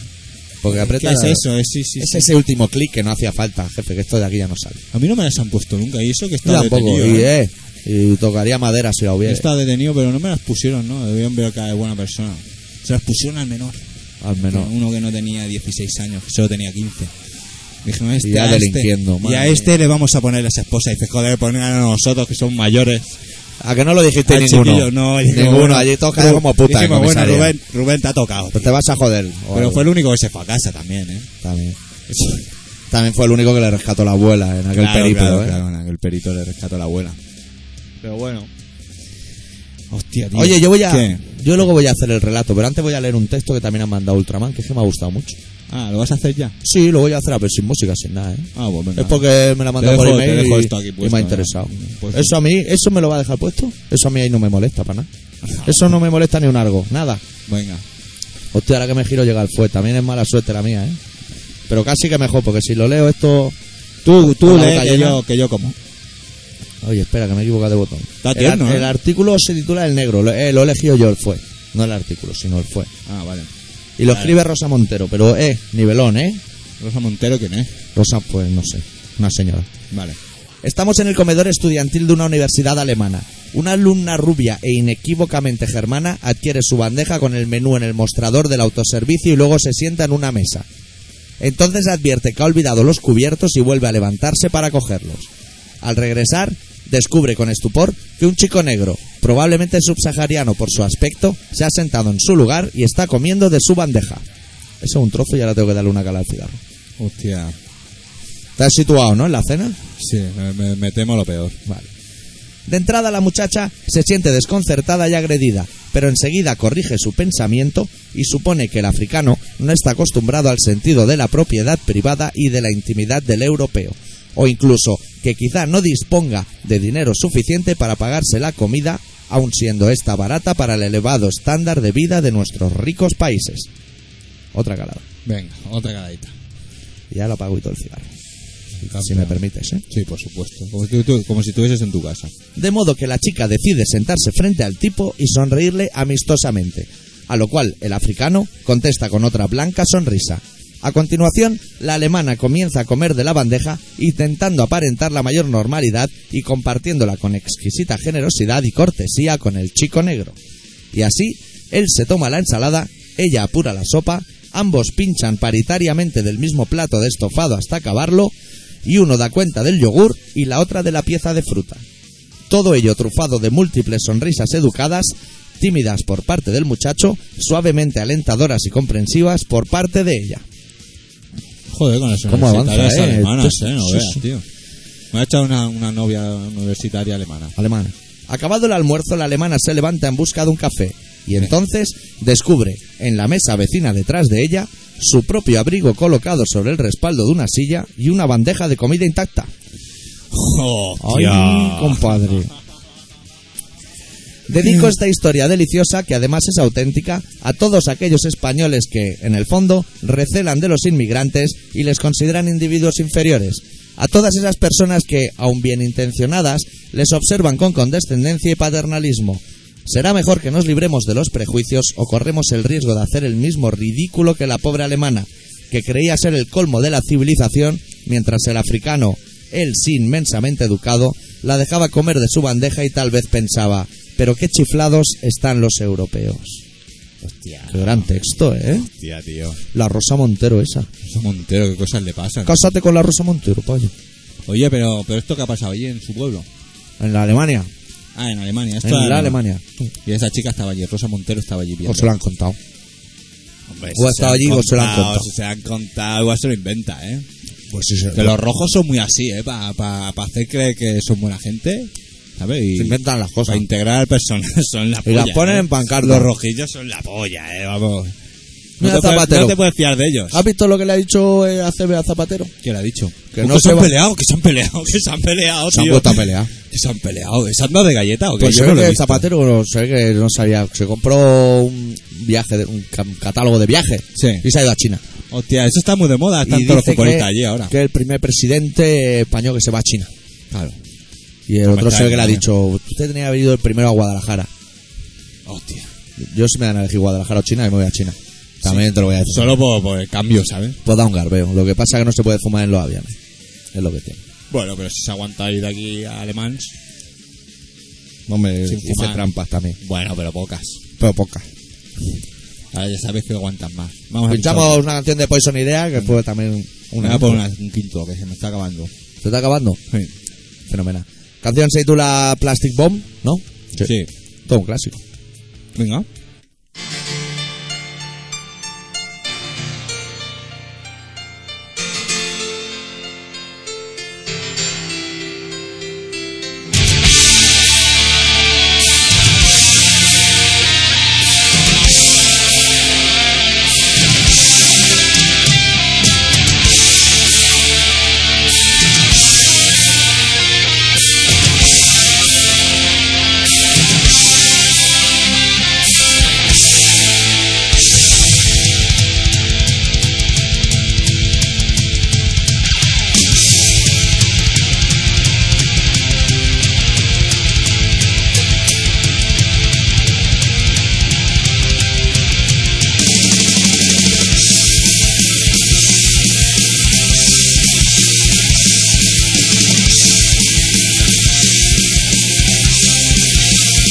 B: Porque
C: ¿Qué
B: aprieta.
C: es eso? Es, sí, sí,
B: Es
C: sí.
B: ese último clic que no hacía falta, jefe, que esto de aquí ya no sale.
C: A mí no me las han puesto nunca. Y eso que
B: Yo
C: está
B: tampoco.
C: detenido.
B: Y,
C: ¿eh?
B: eh, y tocaría madera si la hubiera.
C: Está detenido, pero no me las pusieron, ¿no? Debían ver que es buena persona. Se las pusieron al menor.
B: Al menos.
C: Uno que no tenía 16 años, que solo tenía 15. Dijeron, este,
B: ya
C: a
B: delinquiendo,
C: este, y a
B: madre
C: este le vamos a poner las esposas. Y dice, joder, poner a nosotros que somos mayores.
B: ¿A que no lo dijiste
C: Al
B: ninguno?
C: chiquillo, no, y
B: ninguno.
C: dijimos, bueno,
B: Allí todos quedan
C: Ru-
B: como puta.
C: dijimos, bueno,
B: comisaría.
C: Rubén, Rubén te ha tocado.
B: Pues te vas a joder. o
C: Pero
B: algo.
C: fue el único que se fue a casa también, ¿eh?
B: También. También fue el único que le rescató la abuela en aquel
C: Claro,
B: periplo,
C: claro,
B: ¿eh?
C: claro, en aquel perito le rescató a la abuela. Pero bueno. Hostia, tío.
B: Oye, yo voy a.
C: ¿Qué?
B: Yo luego voy a hacer el relato, pero antes voy a leer un texto que también han mandado Ultraman, que es que me ha gustado mucho.
C: Ah, ¿lo vas a hacer ya?
B: Sí, lo voy a hacer, pero sin música, sin nada, ¿eh?
C: Ah, pues venga.
B: Es porque me la mandó
C: Te
B: por
C: dejo- te
B: email
C: dejo
B: y,
C: esto aquí
B: y
C: puesto, ¿eh? Pues
B: me ha
C: ¿no?
B: interesado.
C: Puesto.
B: Eso a mí, eso me lo va a dejar puesto. Eso a mí ahí no me molesta para nada. Eso no me molesta ni un argo, nada.
C: Venga.
B: Hostia, ahora que me giro llega el fue, también es mala suerte la mía, ¿eh? Pero casi que mejor, porque si lo leo esto...
C: Tú, tú,
B: Con la
C: lee,
B: boca
C: que
B: llena.
C: yo, que yo como.
B: Oye, espera, que me he equivocado de botón.
C: Está
B: El
C: tierno,
B: ar-
C: ¿eh?
B: el, artículo se titula El Negro, lo, eh, lo he elegido yo el fue. No el artículo, sino el fue.
C: Ah, vale.
B: Y lo
C: Vale.
B: escribe Rosa Montero, pero eh, nivelón, ¿eh?
C: Rosa Montero, ¿quién es?
B: Rosa, pues no sé, una señora.
C: Vale.
B: Estamos en el comedor estudiantil de una universidad alemana. Una alumna rubia e inequívocamente germana adquiere su bandeja con el menú en el mostrador del autoservicio y luego se sienta en una mesa. Entonces advierte que ha olvidado los cubiertos y vuelve a levantarse para cogerlos. Al regresar, descubre con estupor que un chico negro, probablemente subsahariano por su aspecto, se ha sentado en su lugar y está comiendo de su bandeja. Eso es un trozo y ahora tengo que darle una cala al cigarro.
C: Hostia.
B: ¿Estás situado, no? En la cena.
C: Sí, me, me- me temo lo peor.
B: Vale. De entrada la muchacha se siente desconcertada y agredida, pero enseguida corrige su pensamiento y supone que el africano no está acostumbrado al sentido de la propiedad privada y de la intimidad del europeo, o incluso que quizá no disponga de dinero suficiente para pagarse la comida, aun siendo esta barata para el elevado estándar de vida de nuestros ricos países. Otra calada.
C: Venga, otra caladita.
B: Y ya la apago y todo el cigarro. Si me permites, ¿eh?
C: Sí, por supuesto. Como si, tú- como si estuvieses en tu casa.
B: De modo que la chica decide sentarse frente al tipo y sonreírle amistosamente, a lo cual el africano contesta con otra blanca sonrisa. A continuación, la alemana comienza a comer de la bandeja, intentando aparentar la mayor normalidad y compartiéndola con exquisita generosidad y cortesía con el chico negro. Y así, él se toma la ensalada, ella apura la sopa, ambos pinchan paritariamente del mismo plato de estofado hasta acabarlo, y uno da cuenta del yogur y la otra de la pieza de fruta. Todo ello trufado de múltiples sonrisas educadas, tímidas por parte del muchacho, suavemente alentadoras y comprensivas por parte de ella.
C: Joder, con las
B: ¿Cómo
C: universitarias
B: avanza, eh?
C: alemanas,
B: Esto es-
C: eh, no
B: sí,
C: veas,
B: sí.
C: tío. Me ha echado una, una novia universitaria alemana.
B: alemana. Acabado el almuerzo, la alemana se levanta en busca de un café y entonces descubre, en la mesa vecina detrás de ella, su propio abrigo colocado sobre el respaldo de una silla y una bandeja de comida intacta.
C: Hostia.
B: compadre! Dedico esta historia deliciosa, que además es auténtica, a todos aquellos españoles que, en el fondo, recelan de los inmigrantes y les consideran individuos inferiores. A todas esas personas que, aun bien intencionadas, les observan con condescendencia y paternalismo. Será mejor que nos libremos de los prejuicios o corremos el riesgo de hacer el mismo ridículo que la pobre alemana, que creía ser el colmo de la civilización, mientras el africano, él sí inmensamente educado, la dejaba comer de su bandeja y tal vez pensaba, pero qué chiflados están los europeos.
C: Hostia.
B: Qué gran texto, ¿eh?
C: Hostia, tío.
B: La Rosa Montero esa.
C: Eso Montero, qué cosas le pasan.
B: Cásate con la Rosa Montero, pollo.
C: Oye, pero, pero esto que ha pasado allí en su pueblo.
B: En la Alemania.
C: Ah, en Alemania. Esto
B: En
C: era
B: la
C: alemán.
B: Alemania.
C: Y esa chica estaba allí, Rosa Montero estaba allí viendo.
B: O se lo han contado.
C: Hombre,
B: o ha
C: si se
B: estado
C: han
B: allí o se lo han contado.
C: Si se lo han contado, igual se lo inventa, ¿eh?
B: Pues sí,
C: Que los rojos son muy así, ¿eh? Para pa, pa hacer creer que son buena gente, ¿sabes? Y
B: Se inventan las
C: Para
B: cosas.
C: integrar personas son la
B: Y
C: polla.
B: las ponen
C: ¿eh?
B: en pancarta.
C: Los rojillos son la polla, ¿eh? Vamos. No
B: Mira
C: te, puedes,
B: Zapatero.
C: no te puedes fiar de ellos.
B: ¿Has visto lo que le ha dicho eh, ACB a Zapatero?
C: ¿Qué le ha dicho?
B: Que
C: Pues
B: no se
C: se han
B: va-
C: peleado, que se han peleado, que se han peleado,
B: Se han
C: tío.
B: puesto a pelear.
C: Que se han peleado. ¿Se han dado de galleta o qué?
B: Pues
C: Yo
B: sé
C: no lo he
B: que
C: visto.
B: Zapatero no sé que no sabía. Se compró un viaje, de- un ca- catálogo de viajes
C: Sí.
B: y se ha ido a China.
C: Hostia, eso está muy de moda. Están
B: y
C: todos los
B: dice
C: futbolistas
B: que-
C: allí ahora.
B: Que el primer presidente español que se va a China.
C: Claro.
B: Y el otro
C: está
B: sé que le ha
C: bien.
B: dicho, usted tenía que haber ido el primero a Guadalajara.
C: Hostia.
B: Yo si me dan a elegir Guadalajara o China, y me voy a China. También te lo voy a decir.
C: Solo por, por el cambio, ¿sabes?
B: Pues da un garbeo. Lo que pasa es que no se puede fumar en los aviones. Es lo que tiene.
C: Bueno, pero si se aguanta ir de aquí a Alemán.
B: No me
C: Sin
B: hice
C: fumar.
B: trampas también.
C: Bueno, pero pocas.
B: Pero pocas.
C: Ahora ya sabes que aguantan más. Vamos
B: Pinchamos una canción de Poison Idea que fue también
C: Una,
B: una.
C: por una- un quinto, que se me está acabando.
B: ¿Se está acabando?
C: Sí.
B: Fenomenal. Canción se titula Plastic Bomb, ¿no?
C: Sí.
B: Todo un clásico.
C: Venga.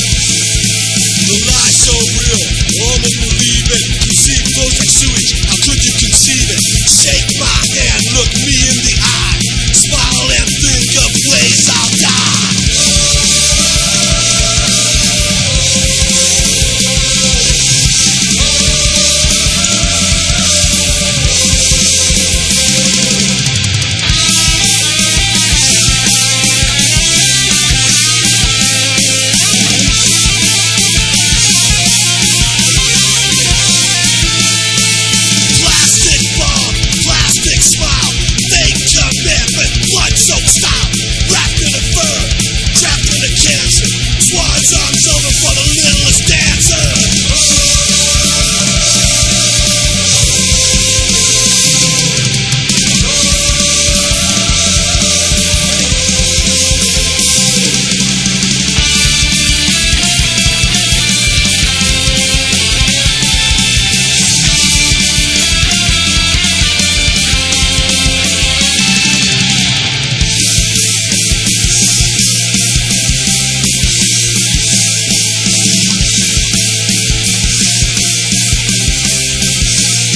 D: The lies so real, woman believe it. Conceived flows like sewage, how could you conceive it? Shake my hand, look me in the eye. Smile and think of ways I'll die. Plastic bomb, plastic.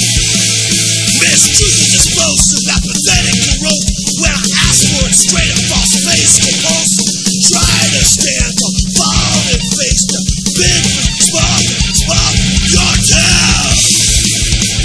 D: This truth is explosive, not pathetic, corrosive. When I ask for it, straight up false face, compulsive. Try to stand for falling face to big, small, small, your town.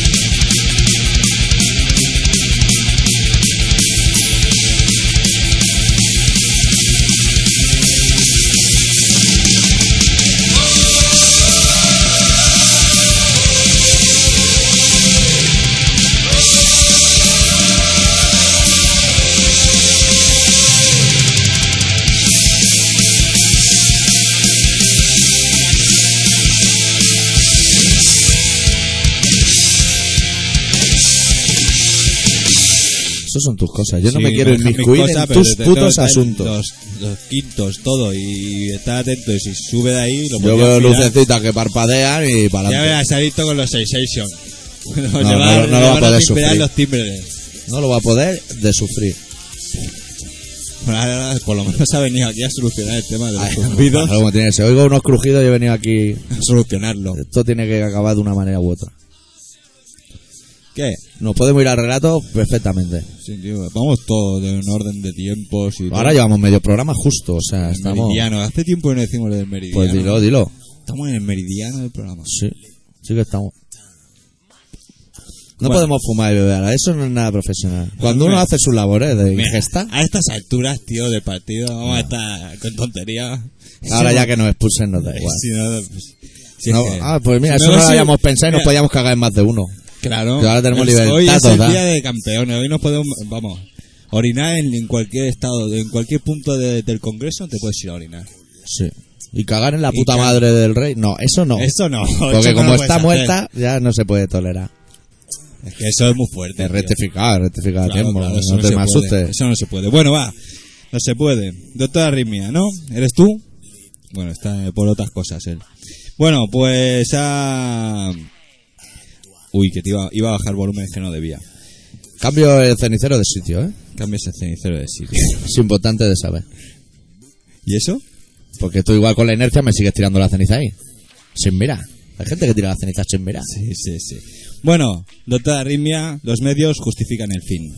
B: Esos son tus cosas. Yo no
C: Sí,
B: me quiero
C: dejan mis
B: inmiscuir
C: cosas,
B: en
C: pero
B: tus
C: te tengo que
B: putos
C: dar
B: asuntos.
C: Los, los quintos, todo. Y estar atento. Y si sube de ahí, lo
B: Yo
C: podría
B: veo
C: aspirar.
B: lucecitas que parpadean y para
C: Ya
B: adelante.
C: verás, se ha visto con los Sensation. No,
B: no,
C: le va-
B: no lo
C: le
B: va a
C: van
B: poder
C: timperar
B: sufrir.
C: los timbres.
B: No lo va a poder de sufrir.
C: Bueno, ahora, por lo menos ha venido aquí a solucionar el tema de los
B: Ay,
C: zumbidos.
B: claro, como tiene que ser. Oigo unos crujidos y he venido aquí.
C: A solucionarlo.
B: Esto tiene que acabar de una manera u otra.
C: ¿Qué?
B: Nos podemos ir al relato perfectamente.
C: Sí, tío, vamos todos en un orden de tiempos y
B: Ahora llevamos medio programa justo, o sea, estamos.
C: meridiano. Hace tiempo que no decimos lo del meridiano.
B: Pues dilo, dilo.
C: Estamos en el meridiano del programa.
B: Sí, sí que estamos. No
C: Bueno.
B: podemos fumar y beber, ahora, eso no es nada profesional. Cuando uno
C: Mira.
B: hace sus labores de
C: Mira,
B: ingesta,
C: A estas alturas, tío, del partido, vamos a estar con tonterías.
B: Ah. ahora
C: Sí,
B: ya que nos expulsen nos da igual.
C: Si no, pues, si es
B: No,
C: que-
B: ah, pues mira,
C: si
B: eso no
C: va
B: lo
C: a ser-
B: habíamos pensado y nos
C: mira,
B: podíamos cagar en más de uno.
C: Claro.
B: Que ahora tenemos
C: Es-
B: libertad
C: Hoy es
B: total.
C: el día de campeones. Hoy nos podemos, vamos, orinar en, en cualquier estado, en cualquier punto de- del Congreso te puedes ir a orinar.
B: Sí. Y cagar en la
C: Y
B: puta
C: cagar.
B: madre del rey. No, eso no.
C: Eso no. eso
B: Porque
C: no
B: como
C: lo
B: está
C: puedes hacer.
B: muerta, ya no se puede tolerar.
C: Es que eso es muy fuerte.
B: De
C: tío.
B: rectificar, rectificar a
C: Claro,
B: tiempo.
C: claro, eso
B: no te
C: se
B: me
C: puede,
B: asustes.
C: Eso no se puede. Bueno, va. No se puede. Doctor Arritmia, ¿no? ¿Eres tú? Bueno, está eh, por otras cosas él. Bueno, pues ah, Uy, que te iba, iba a bajar volúmenes que no debía.
B: Cambio el cenicero de sitio, ¿eh?
C: Cambia ese cenicero de sitio.
B: Es importante de saber.
C: ¿Y eso?
B: Porque tú igual con la inercia me sigues tirando la ceniza ahí. Sin mira. Hay gente que tira la ceniza sin mira.
C: Sí, sí, sí. Bueno, doctor Arritmia, los medios justifican el fin.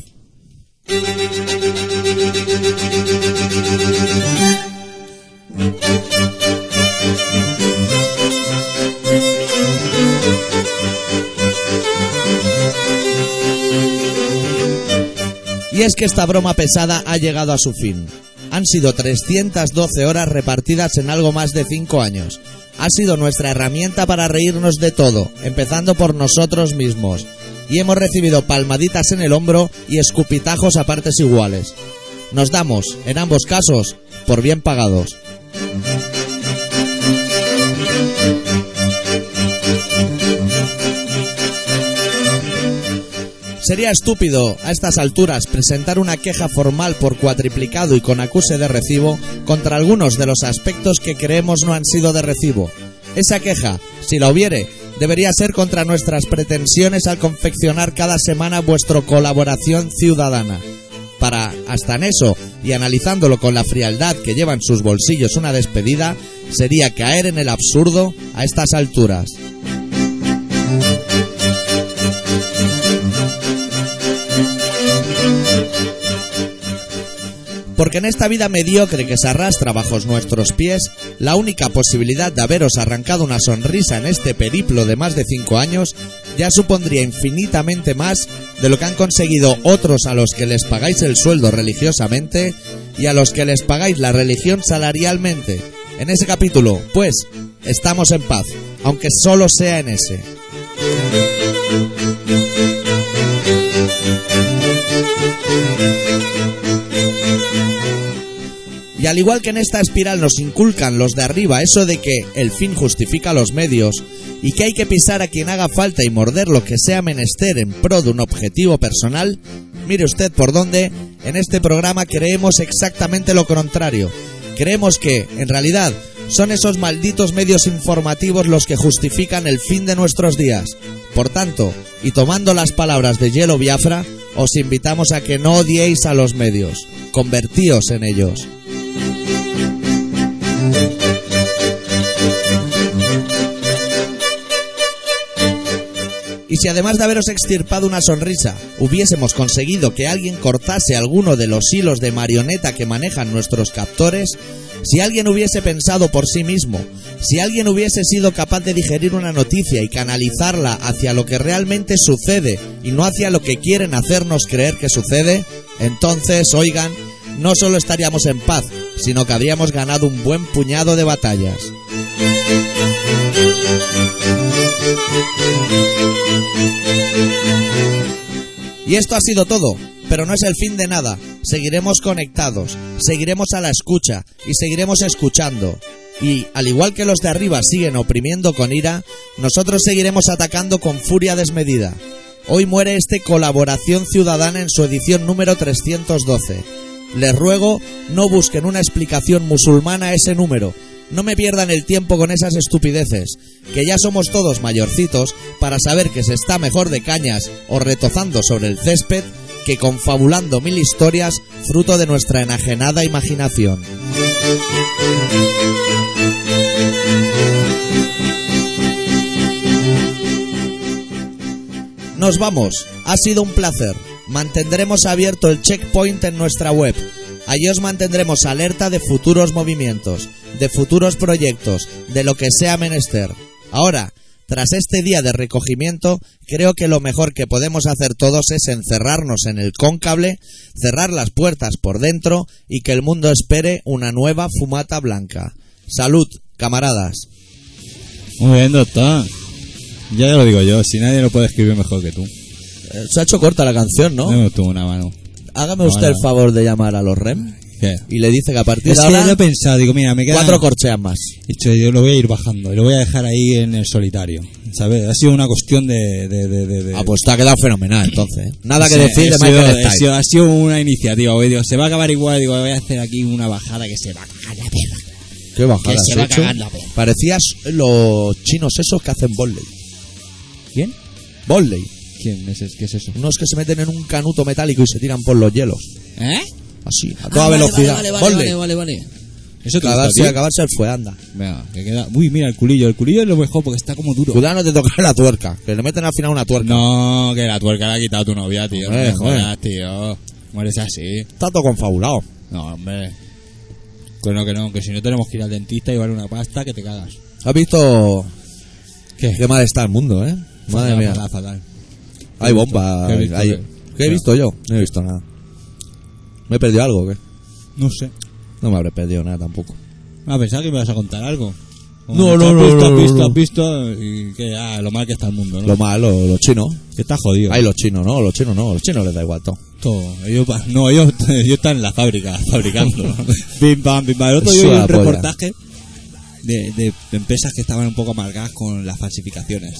B: Y es que esta broma pesada ha llegado a su fin. Han sido 312 horas repartidas en algo más de 5 años. Ha sido nuestra herramienta para reírnos de todo, empezando por nosotros mismos. Y hemos recibido palmaditas en el hombro y escupitajos a partes iguales. Nos damos, en ambos casos, por bien pagados. Sería estúpido, a estas alturas, presentar una queja formal por cuatriplicado y con acuse de recibo contra algunos de los aspectos que creemos no han sido de recibo. Esa queja, si la hubiere, debería ser contra nuestras pretensiones al confeccionar cada semana vuestro colaboración ciudadana. Para, hasta en eso, y analizándolo con la frialdad que llevan sus bolsillos una despedida, sería caer en el absurdo a estas alturas. Porque en esta vida mediocre que se arrastra bajo nuestros pies, la única posibilidad de haberos arrancado una sonrisa en este periplo de más de cinco años ya supondría infinitamente más de lo que han conseguido otros a los que les pagáis el sueldo religiosamente y a los que les pagáis la religión salarialmente. En ese capítulo, pues, estamos en paz, aunque solo sea en ese. Y al igual que en esta espiral nos inculcan los de arriba eso de que el fin justifica los medios y que hay que pisar a quien haga falta y morder lo que sea menester en pro de un objetivo personal, mire usted por dónde, en este programa creemos exactamente lo contrario. Creemos que, en realidad, son esos malditos medios informativos los que justifican el fin de nuestros días. Por tanto, y tomando las palabras de Yellow Biafra, os invitamos a que no odiéis a los medios, convertíos en ellos. Y Y si además de haberos extirpado una sonrisa, hubiésemos conseguido que alguien cortase alguno de los hilos de marioneta que manejan nuestros captores, si alguien hubiese pensado por sí mismo, si alguien hubiese sido capaz de digerir una noticia y canalizarla hacia lo que realmente sucede y no hacia lo que quieren hacernos creer que sucede, entonces, oigan, no solo estaríamos en paz, sino que habríamos ganado un buen puñado de batallas. Y esto ha sido todo, pero no es el fin de nada. Seguiremos conectados, seguiremos a la escucha y seguiremos escuchando. Y, al igual que los de arriba siguen oprimiendo con ira, nosotros seguiremos atacando con furia desmedida. Hoy muere este Colaboración Ciudadana en su edición número 312. Les ruego, no busquen una explicación musulmana a ese número. No me pierdan el tiempo con esas estupideces, que ya somos todos mayorcitos para saber que se está mejor de cañas o retozando sobre el césped que confabulando mil historias fruto de nuestra enajenada imaginación. Nos vamos. Ha sido un placer. Mantendremos abierto el checkpoint en nuestra web. Allí os mantendremos alerta de futuros movimientos, de futuros proyectos, de lo que sea menester. Ahora, tras este día de recogimiento, creo que lo mejor que podemos hacer todos es encerrarnos en el cóncable, cerrar las puertas por dentro y que el mundo espere una nueva fumata blanca. Salud, camaradas.
C: Muy bien, doctor. Ya, ya lo digo yo, si nadie lo puede escribir mejor que tú.
B: Eh, Se ha hecho corta la canción,
C: No me tuvo una mano.
B: Hágame
C: No,
B: usted el
C: no.
B: favor de llamar a los REM
C: ¿Qué?
B: y le dice que a partir
C: Es
B: de
C: que yo lo
B: ahora
C: he pensado, digo, mira, me quedan...
B: cuatro corcheas más.
C: Dicho, yo lo voy a ir bajando, y lo voy a dejar ahí en el solitario, ¿sabes? Ha sido una cuestión de... de, de, de- de-
B: Ah, pues te ha quedado fenomenal, entonces. ¿eh? Nada que
C: Sí,
B: decir de
C: ha sido,
B: Michael
C: ha
B: Stipe.
C: sido- ha sido una iniciativa, güey, digo, se va a acabar igual, digo, voy a hacer aquí una bajada que se va a cagar la perra.
B: Qué bajada
C: se
B: has
C: va a
B: hecho.
C: cagar la perra.
B: Parecías los chinos esos que hacen volley.
C: ¿Quién?
B: Volley.
C: ¿Quién es, es- qué es eso?
B: Unos que se meten en un canuto metálico y se tiran por los hielos.
C: ¿Eh?
B: Así, a
E: Ah,
B: toda
E: vale,
B: velocidad.
E: Vale, vale,
B: volley.
E: vale, vale, vale.
C: Eso te gusta,
B: Acabarse,
C: tío?
B: acabarse el fue, anda.
C: Venga, que queda... Uy, mira, el culillo, el culillo es lo mejor porque está como duro.
B: Cuidado no te tocar la tuerca, que le meten al final una tuerca.
C: No, que la tuerca la ha quitado tu novia, tío, no
B: Hombre,
C: me jodas, tío. Mueres así.
B: Está todo confabulado.
C: No, hombre. Que no, que no, que si no tenemos que ir al dentista y vale una pasta que te cagas.
B: ¿Has visto
C: ¿Qué?
B: qué mal está el mundo, eh? Madre
C: Fatal,
B: mía.
C: fatal, fatal.
B: Hay bombas.
C: ¿Qué he visto?
B: hay-
C: ¿Qué?
B: ¿Qué he visto yo? No he visto nada. ¿Me he perdido algo o qué?
C: No sé.
B: No me habré perdido nada tampoco.
C: Ah, pensaba que me ibas a contar algo.
B: No, no, no,
C: Has visto,
B: no,
C: has
B: no,
C: visto,
B: no.
C: has visto, y que, ah, lo mal que está el mundo, ¿no?
B: Lo malo, los chinos.
C: Que está jodido.
B: Hay los chinos, no, los chinos no, los chinos les da igual todo.
C: Todo. Ellos, pa- no, ellos, ellos están en la fábrica, fabricando. pim, pam, pim, pam. El otro
B: Eso
C: día vi
B: la
C: un
B: polla.
C: reportaje de, de empresas que estaban un poco amargadas con las falsificaciones.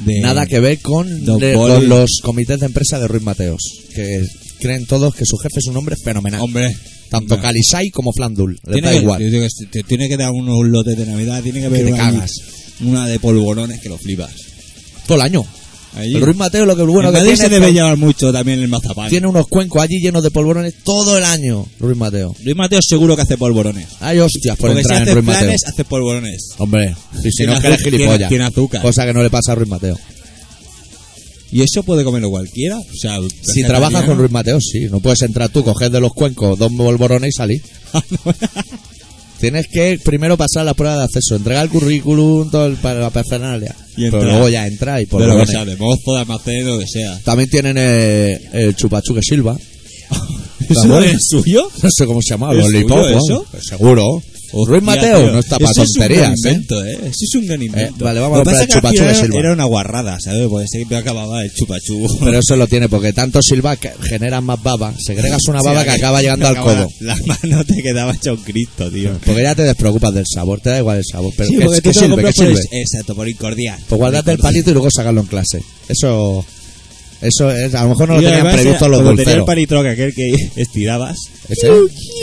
C: De-
B: Nada que ver con,
C: Eh, Don
B: le-
C: Poli.
B: con los comités de empresa de Ruiz Mateos, que creen todos que su jefe es un hombre fenomenal.
C: Hombre.
B: Tanto
C: Hombre.
B: Calisay como Flandul, les
C: Tiene
B: da
C: que,
B: igual.
C: yo digo, te- te tiene que dar unos lotes de Navidad, tiene que haber
B: te
C: una,
B: cagas.
C: una de polvorones que lo flipas.
B: Todo el año.
C: Allí.
B: El Ruiz Mateo lo que bueno
C: En
B: que
C: Madrid
B: tiene
C: se
B: es
C: debe
B: que
C: llevar mucho también el mazapán.
B: tiene unos cuencos allí llenos de polvorones todo el año, Ruiz Mateo.
C: Luis Mateo seguro que hace polvorones.
B: Ay, hostias, por
C: Porque si
B: entrar
C: hace
B: en Ruiz Mateo.
C: planes, hace polvorones.
B: Hombre, y si
C: Tiene
B: no es que eres
C: azúcar, tiene-
B: gilipollas.
C: tiene azúcar. Pues
B: Cosa que no le pasa a Ruiz Mateo.
C: Y eso puede comerlo cualquiera. O sea,
B: Si trabajas con Ruiz Mateo, sí. No puedes entrar tú, coger de los cuencos dos polvorones y salir. Tienes que primero pasar la prueba de acceso, entregar el currículum, todo el, para la parafernalia.
C: Y
B: Pero
C: entrar.
B: luego ya entrar y por
C: de
B: lo
C: lo que
B: menos.
C: sea, de mozo, de almacén, lo que sea.
B: También tienen eh, el chupachu que silba.
C: ¿Eso
B: bueno.
C: es suyo?
B: No sé cómo se llama,
C: ¿Es
B: los
C: suyo
B: lipopos.
C: eso?
B: Seguro. Ruiz Mateo
C: Mira, tío,
B: no está para
C: eso es un
B: tonterías,
C: gran
B: ¿eh?
C: invento, ¿eh? Eso es un gran invento.
B: vale, vamos
C: Lo
B: a
C: que pasa
B: comprar
C: es que al
B: chupachú
C: final
B: de Silva.
C: Era una guarrada, ¿sabes? Porque siempre acababa el chupachú.
B: Pero eso lo tiene porque tanto silba que generan más baba. Segregas una baba
C: Sí,
B: que acaba llegando al
C: acaba-
B: codo.
C: La mano te quedaba hecha un Cristo, tío.
B: Porque ya te despreocupas del sabor, te da igual el sabor. Pero
C: sí,
B: que,
C: porque
B: que
C: tú te lo
B: silbe, que
C: compras por
B: silbe.
C: el- Exacto, por incordiar.
B: Pues guardate el palito y luego sacarlo en clase. Eso. Eso es, a lo mejor no lo
C: Y
B: tenían
C: además
B: previsto
C: era-
B: los
C: como tenía el
B: dulceros.
C: palitroque aquel que estirabas.
B: Ese,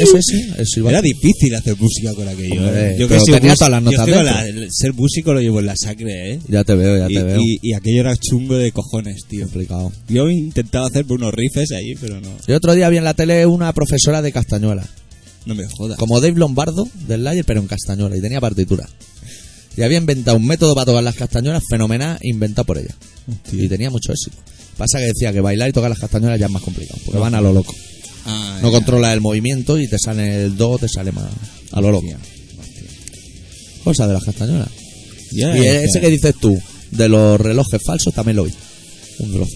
B: ese, ese, el silbato.
C: Era difícil hacer música con aquello.
B: Hombre,
C: ¿eh? Yo
B: pero
C: que soy
B: tenía
C: mús-
B: todas las
C: yo
B: notas
C: tengo
B: dentro.
C: la- el- ser músico lo llevo en la sangre, ¿eh?
B: Ya te veo, ya
C: y,
B: te veo.
C: y- y aquello era chungo de cojones, tío.
B: Complicado.
C: Yo intentaba hacer unos riffs ahí, pero no,
B: El otro día vi en la tele una profesora de Castañuela.
C: no me jodas.
B: Como Dave Lombardo del Layer, pero en Castañuela. Y tenía partitura. y había inventado un método para tocar las castañuelas fenomenal inventado por ella.
C: Hostia.
B: Y tenía mucho éxito. Pasa que decía que bailar y tocar las castañuelas ya es más complicado, porque van a lo loco.
C: Ah,
B: No
C: ya.
B: controla el movimiento y te sale el do, te sale más a lo loco.
C: Hostia.
B: Cosa de las castañuelas.
C: Ya,
B: y
C: ya.
B: ese que dices tú, de los relojes falsos, también lo vi. Un reloj.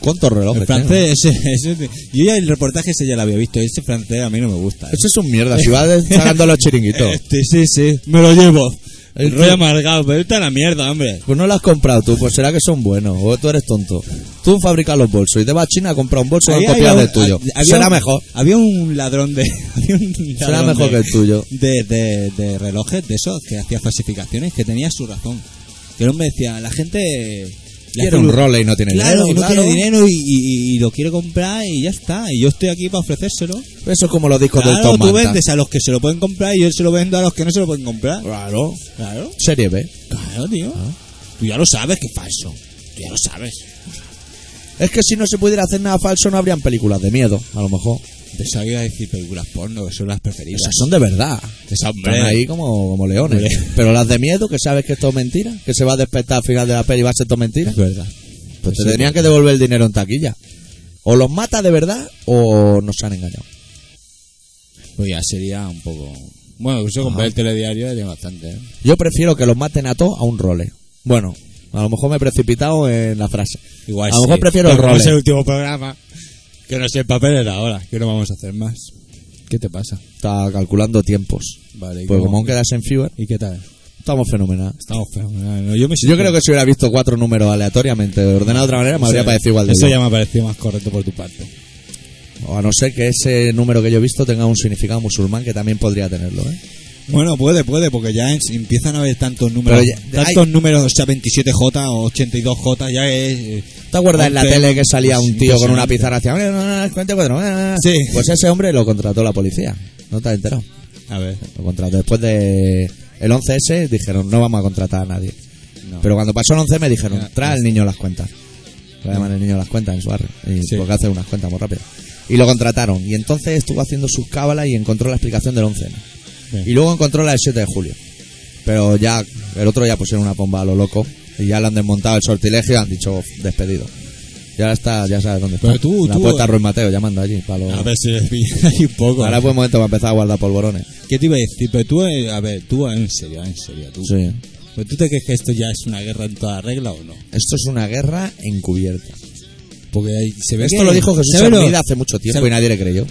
B: ¿Cuántos relojes?
C: El francés,
B: ¿eh?
C: ese, ese- yo ya el reportaje ese ya lo había visto. Ese francés a mí no me gusta.
B: tengo?
C: ¿eh?
B: Ese es un mierda, si va sacando los chiringuitos.
C: Este, sí, sí, me lo llevo.
B: El
C: El
B: tío-
C: rollo amargado, pero está la mierda, hombre.
B: Pues no lo has comprado tú, pues será que son buenos, o tú eres tonto. Tú fabricas los bolsos y te vas a China a comprar un bolso y
C: Había-
B: copias
C: había-
B: del tuyo.
C: ha- había
B: será
C: un-
B: mejor.
C: Había un ladrón de. Había un ladrón
B: mejor
C: de-
B: que el tuyo.
C: De, de- de relojes, de esos, que hacía falsificaciones, que tenía su razón. Que el hombre decía, la gente. le hace
B: Quiere un role y no tiene
C: Claro,
B: dinero.
C: y no
B: claro.
C: tiene dinero y, y- y lo quiere comprar y ya está. Y yo estoy aquí para ofrecérselo.
B: Eso es como los discos del
C: Claro,
B: Tom
C: tú
B: Manta.
C: vendes a los que se lo pueden comprar y yo se lo vendo a los que no se lo pueden comprar.
B: Claro.
C: Claro,
B: Serie B.
C: claro, tío.
B: Ah.
C: Tú ya lo sabes que es falso. Tú ya lo sabes.
B: Es que si no se pudiera hacer nada falso no habrían películas de miedo, a lo mejor.
C: Pensaba que iba a decir películas porno, que son las preferidas.
B: Esas son de verdad.
C: Esa,
B: Están ahí como, como leones.
C: Hombre.
B: Pero las de miedo, que sabes que esto es mentira, que se va a despertar al final de la peli y va a ser todo mentira.
C: Es verdad.
B: Pues te tenían que devolver el dinero en taquilla. O los mata de verdad o nos han engañado.
C: Pues ya sería un poco. Bueno, pues yo
B: Ajá.
C: compré el telediario y tiene bastante, ¿eh?
B: Yo prefiero que los maten a todos a un role. Bueno, a lo mejor me he precipitado en la frase.
C: Igual
B: a lo mejor
C: sí.
B: prefiero el
C: Pero como
B: role.
C: Es el último programa. Que no sé el papel era ahora, que no vamos a hacer más. ¿Qué te pasa?
B: Está calculando tiempos.
C: Vale, ¿y
B: Pues
C: cómo?
B: como aún quedas en Fever,
C: ¿Y qué tal?
B: estamos fenomenal.
C: Estamos feos. No, yo me
B: Yo creo que si hubiera visto cuatro números aleatoriamente ordenados de otra manera, me habría parecido igual de
C: Eso
B: bien.
C: ya me ha parecido más correcto por tu parte.
B: O a no ser que ese número que yo he visto tenga un significado musulmán que también podría tenerlo, ¿eh?
C: Bueno, puede, puede, porque ya en- empiezan a haber tantos números.
B: Pero ya-
C: tantos números, o sea, 27J o 82J, ya es. eh,
B: ¿Te acuerdas en la
C: un tema-
B: tele que salía un
C: es
B: tío con una
C: impresionante.
B: pizarra hacia... "Eh, no, no, no, 44, eh, eh"?
C: pues, Sí.
B: Pues ese hombre lo contrató la policía. No te has enterado.
C: A ver,
B: Lo contrató después de... El 11S dijeron, no vamos a contratar a nadie.
C: no.
B: Pero cuando pasó el 11 me dijeron,
C: Ya,
B: trae
C: ya
B: al
C: está.
B: niño las cuentas. Le llaman el niño las cuentas en su barrio. Y
C: Sí.
B: Porque hace unas cuentas muy rápido. Y lo contrataron. Y entonces estuvo haciendo sus cábalas y encontró la explicación del 11.
C: Bien.
B: Y luego encontró la del 7 de julio. Pero ya, el otro ya pusieron una bomba a lo loco. Y ya le han desmontado el sortilegio y han dicho despedido. Y ahora está, ya sabes dónde está.
C: Pero tú-
B: la
C: tú-
B: puerta Ruiz Mateo llamando allí. para los-
C: A ver eh. si les pillan ahí un poco.
B: ahora es buen momento para empezar a guardar polvorones.
C: ¿Qué te iba a decir? Pero tú, eh, a ver, tú, en serio, en serio, tú.
B: Sí.
C: ¿Pero tú te crees que esto ya es una guerra en toda regla o no?
B: Esto es una guerra encubierta.
C: Porque ahí se ve
B: Esto
C: que-
B: lo dijo Jesús
C: ¿sabes lo-
B: Hermida hace mucho tiempo
C: ¿sabes?
B: y nadie le creyó.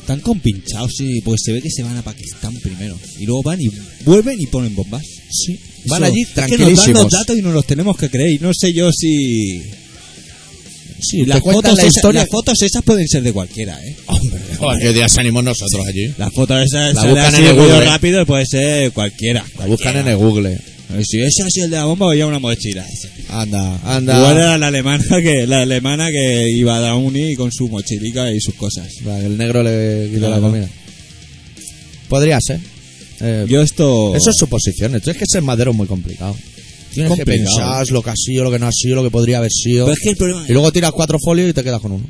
C: Están compinchados, sí, porque se ve que se van a Pakistán primero. Y luego van y vuelven y ponen bombas. Sí.
B: Van allí
C: Que nos dan
B: tranquilísimos.
C: los datos y no los tenemos que creer. Y no sé yo si...
B: Sí,
C: las,
B: te cuentan
C: fotos
B: la
C: esas-
B: historia.
C: las fotos esas pueden ser de cualquiera, ¿eh?
B: Joder, qué día se animó nosotros allí.
C: Las fotos esas
B: La
C: salen
B: buscan
C: así
B: en el
C: rollo
B: Google.
C: rápido puede ser cualquiera.
B: La buscan en el Google.
C: el... Si ese ha sido el de la bomba, o ya una mochila.
B: Anda, anda.
C: Igual era la alemana que la alemana que iba a la uni con su mochilica y sus cosas.
B: Para que El negro le quitó
C: Claro.
B: la comida. Podría ser. Eh,
C: Yo esto
B: Eso es suposiciones. Es que ser madero es muy complicado. Tienes que
C: complicado.
B: pensar lo que ha sido, lo que no ha sido, lo que podría haber sido.
C: Pero es que el problema
B: Y luego tiras cuatro folios y te quedas con uno.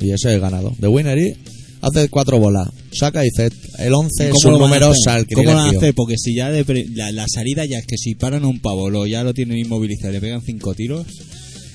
B: Y ese es el ganado. De Winner y hace cuatro bolas. Saca y dice el 11 es un
C: van a
B: número
C: hacer?
B: sal que
C: ¿Cómo lo
B: tiene
C: van a
B: tío.
C: hacer? Porque si ya de pre- la, la salida ya es que si paran a un pavo, lo, ya lo tienen inmovilizado, le pegan cinco tiros.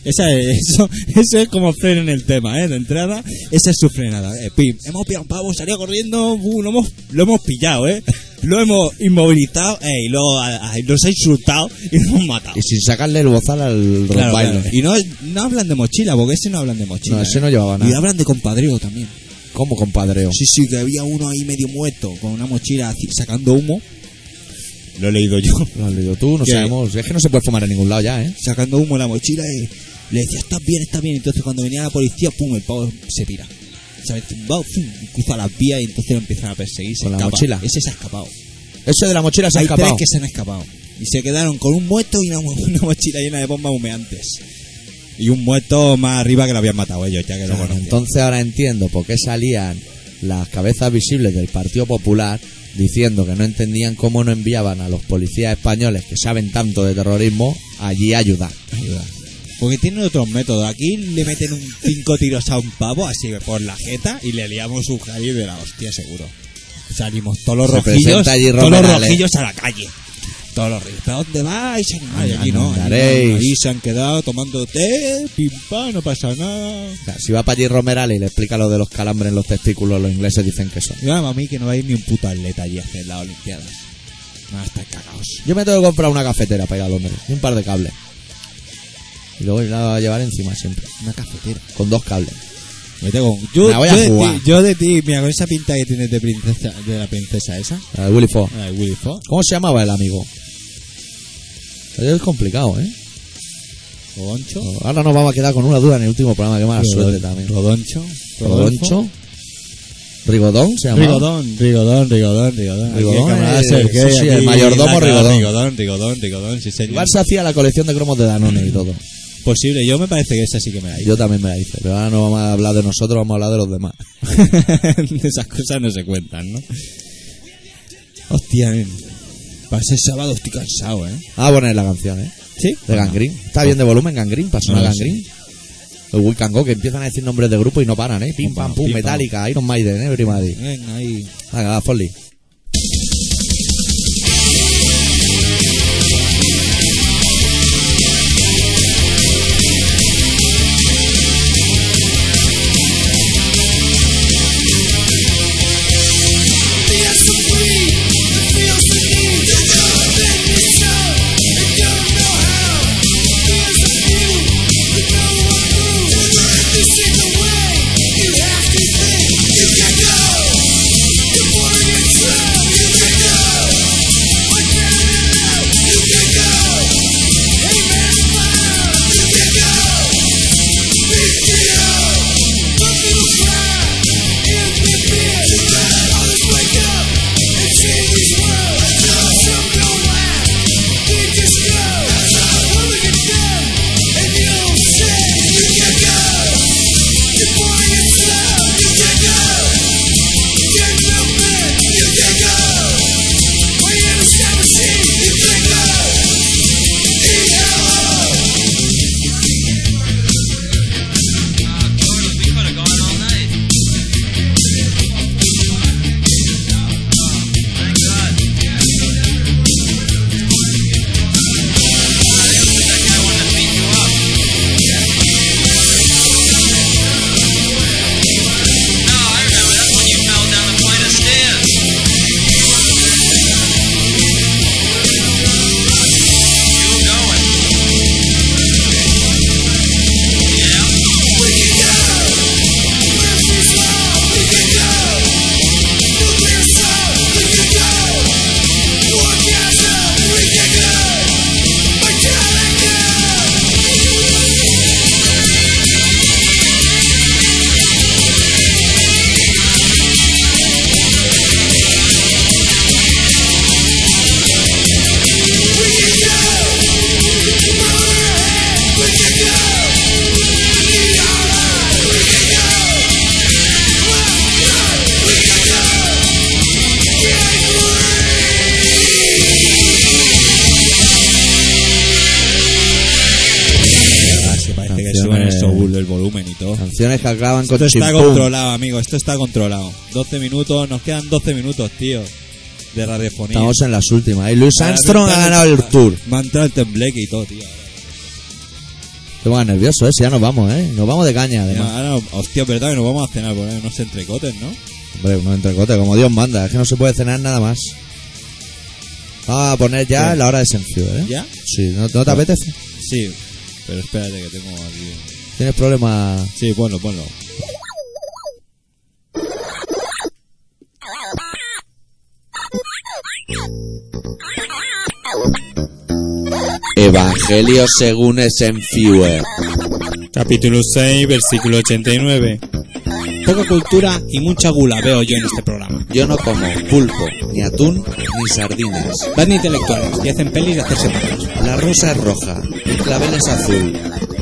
C: Esa es, eso, eso es como frenen el tema, ¿eh? De entrada, esa es su frenada. eh, pim, hemos pillado un pavo, salió corriendo, bu, lo, hemos, lo hemos pillado, ¿eh? Lo hemos inmovilizado, eh, y luego a- a- los ha insultado y lo hemos matado.
B: Y sin sacarle el bozal al
C: Claro,
B: Rottweiler.
C: claro. Y no, no hablan de mochila, porque ese no hablan de mochila.
B: No, ese
C: ¿eh?
B: no llevaba
C: Y
B: nada.
C: hablan de compadreo también.
B: ¿Cómo compadreo?
C: Sí, sí, que había uno ahí medio muerto con una mochila así, sacando humo. Lo he leído yo.
B: Lo has leído tú, no
C: ¿Qué?
B: sabemos. Es que no se puede fumar en ningún lado ya, ¿eh?
C: Sacando humo en la mochila y le decía, estás bien, estás bien. Entonces cuando venía la policía, pum, el pavo se tira. ¿Sabes? Tumbado, pum, y cruza las vías y entonces lo empiezan a perseguir. se
B: Con la
C: escapa.
B: mochila.
C: Ese se ha escapado.
B: Ese de la mochila se ha
C: Hay
B: escapado.
C: tres que se han escapado. Y se quedaron con un muerto y una, mo- una mochila llena de bombas humeantes. Y un muerto más arriba que lo habían matado ellos, ya que lo
B: Claro,
C: conocían.
B: entonces ahora entiendo por qué salían las cabezas visibles del Partido Popular diciendo que no entendían cómo no enviaban a los policías españoles que saben tanto de terrorismo allí a ayudar.
C: Ayuda. Porque tienen otros métodos. Aquí le meten un cinco tiros a un pavo así por la jeta y le liamos un jali de la hostia seguro. Salimos todos los
B: Se
C: rojillos,
B: presenta allí
C: todos los
B: Romerales.
C: rojillos a la calle. Todos los reyes. ¿Pero dónde vais, animal? Y aquí
B: Anda,
C: no. allí
B: andaréis.
C: no, Ahí se han quedado tomando té, pim pam, no pasa nada.
B: O sea, si va para allí Romerales y le explica lo de los calambres en los testículos, los ingleses dicen que son.
C: Y nada, a mí que no va a ir ni un puto atleta allí a hacer las Olimpiadas. Van a estar cagados.
B: Yo me tengo que comprar una cafetera para ir a Londres y un par de cables. Y luego la voy a llevar encima siempre. Una cafetera. Con dos cables.
C: Vete con- Yo,
B: Me voy a
C: yo de
B: jugar.
C: ti, yo de ti, mira, con esa pinta que tienes de princesa, de la princesa esa,
B: La de Willy Fox.
C: la de Willy Fox,
B: ¿Cómo se llamaba el amigo? Es complicado, ¿eh?
C: Rodoncho,
B: Ahora nos vamos a quedar con una duda en el último programa. Qué mala suerte también.
C: Ah, Rodoncho,
B: Rodoncho. Rigodón se llamaba.
C: Rigodón, Rigodón, Rigodón, Rigodón. Aquí
B: Rigodón,
C: el camarada
B: eh,
C: Sergei,
B: sí, sí,
C: aquí
B: el mayordomo
C: la cara,
B: Rigodón.
C: Rigodón, Rigodón, Rigodón, sí señor.
B: Igual se hacía la colección de cromos de Danone y todo.
C: Posible, yo me parece que esa sí que me la hice.
B: Yo también me la hice. Pero ahora no vamos a hablar de nosotros, vamos a hablar de los demás.
C: Esas cosas no se cuentan, ¿no? Hostia, nen. para ser sábado estoy cansado, ¿eh?
B: Ah, bueno, es la canción, ¿eh?
C: ¿Sí? Ah.
B: De Gangrín. Está bien de volumen, Gangrín. Para sonar
C: No, sí.
B: Gangrín. Los Wilcango que empiezan a decir nombres de grupo y no paran, ¿eh? Pim, pam, pum,
C: Pim, pam.
B: Metallica, Iron Maiden, ¿eh? Everybody.
C: Venga, ahí.
B: Venga, va, Folly.
C: Ah, sí, parece que
B: Canciones.
C: suben el soul, el volumen y todo.
B: Canciones que acaban con
C: Esto está
B: chimpún.
C: controlado, amigo. Esto está controlado. 12 minutos, nos quedan 12 minutos, tío. De radiofonía.
B: Estamos en las últimas. Y Luis
C: Ahora
B: Armstrong
C: me
B: ha
C: está-
B: ganado el tour.
C: Me ha entrado el tembleque y todo, tío.
B: Te pongas nervioso, ¿eh? Si ya nos vamos, ¿eh? Nos vamos de caña, además.
C: Ahora, ahora- hostia, es verdad que nos vamos a cenar por ahí unos entrecotes, ¿no?
B: Hombre, unos entrecotes, como Dios manda. Es que no se puede cenar nada más. Vamos a poner ya
C: Sí.
B: la hora de Sencio, ¿eh?
C: ¿Ya?
B: Sí, ¿no, no te apetece?
C: Sí. Pero espérate que tengo aquí.
B: ¿Tienes problemas?
C: Sí, ponlo, ponlo.
B: Evangelio según Sencio.
E: Capítulo 6, versículo 89. Poca cultura y mucha gula veo yo en este programa.
B: Yo no como pulpo, ni atún, ni sardinas.
E: Van de intelectuales y hacen pelis de hacerse palos.
B: La rosa es roja, el clavel es azul.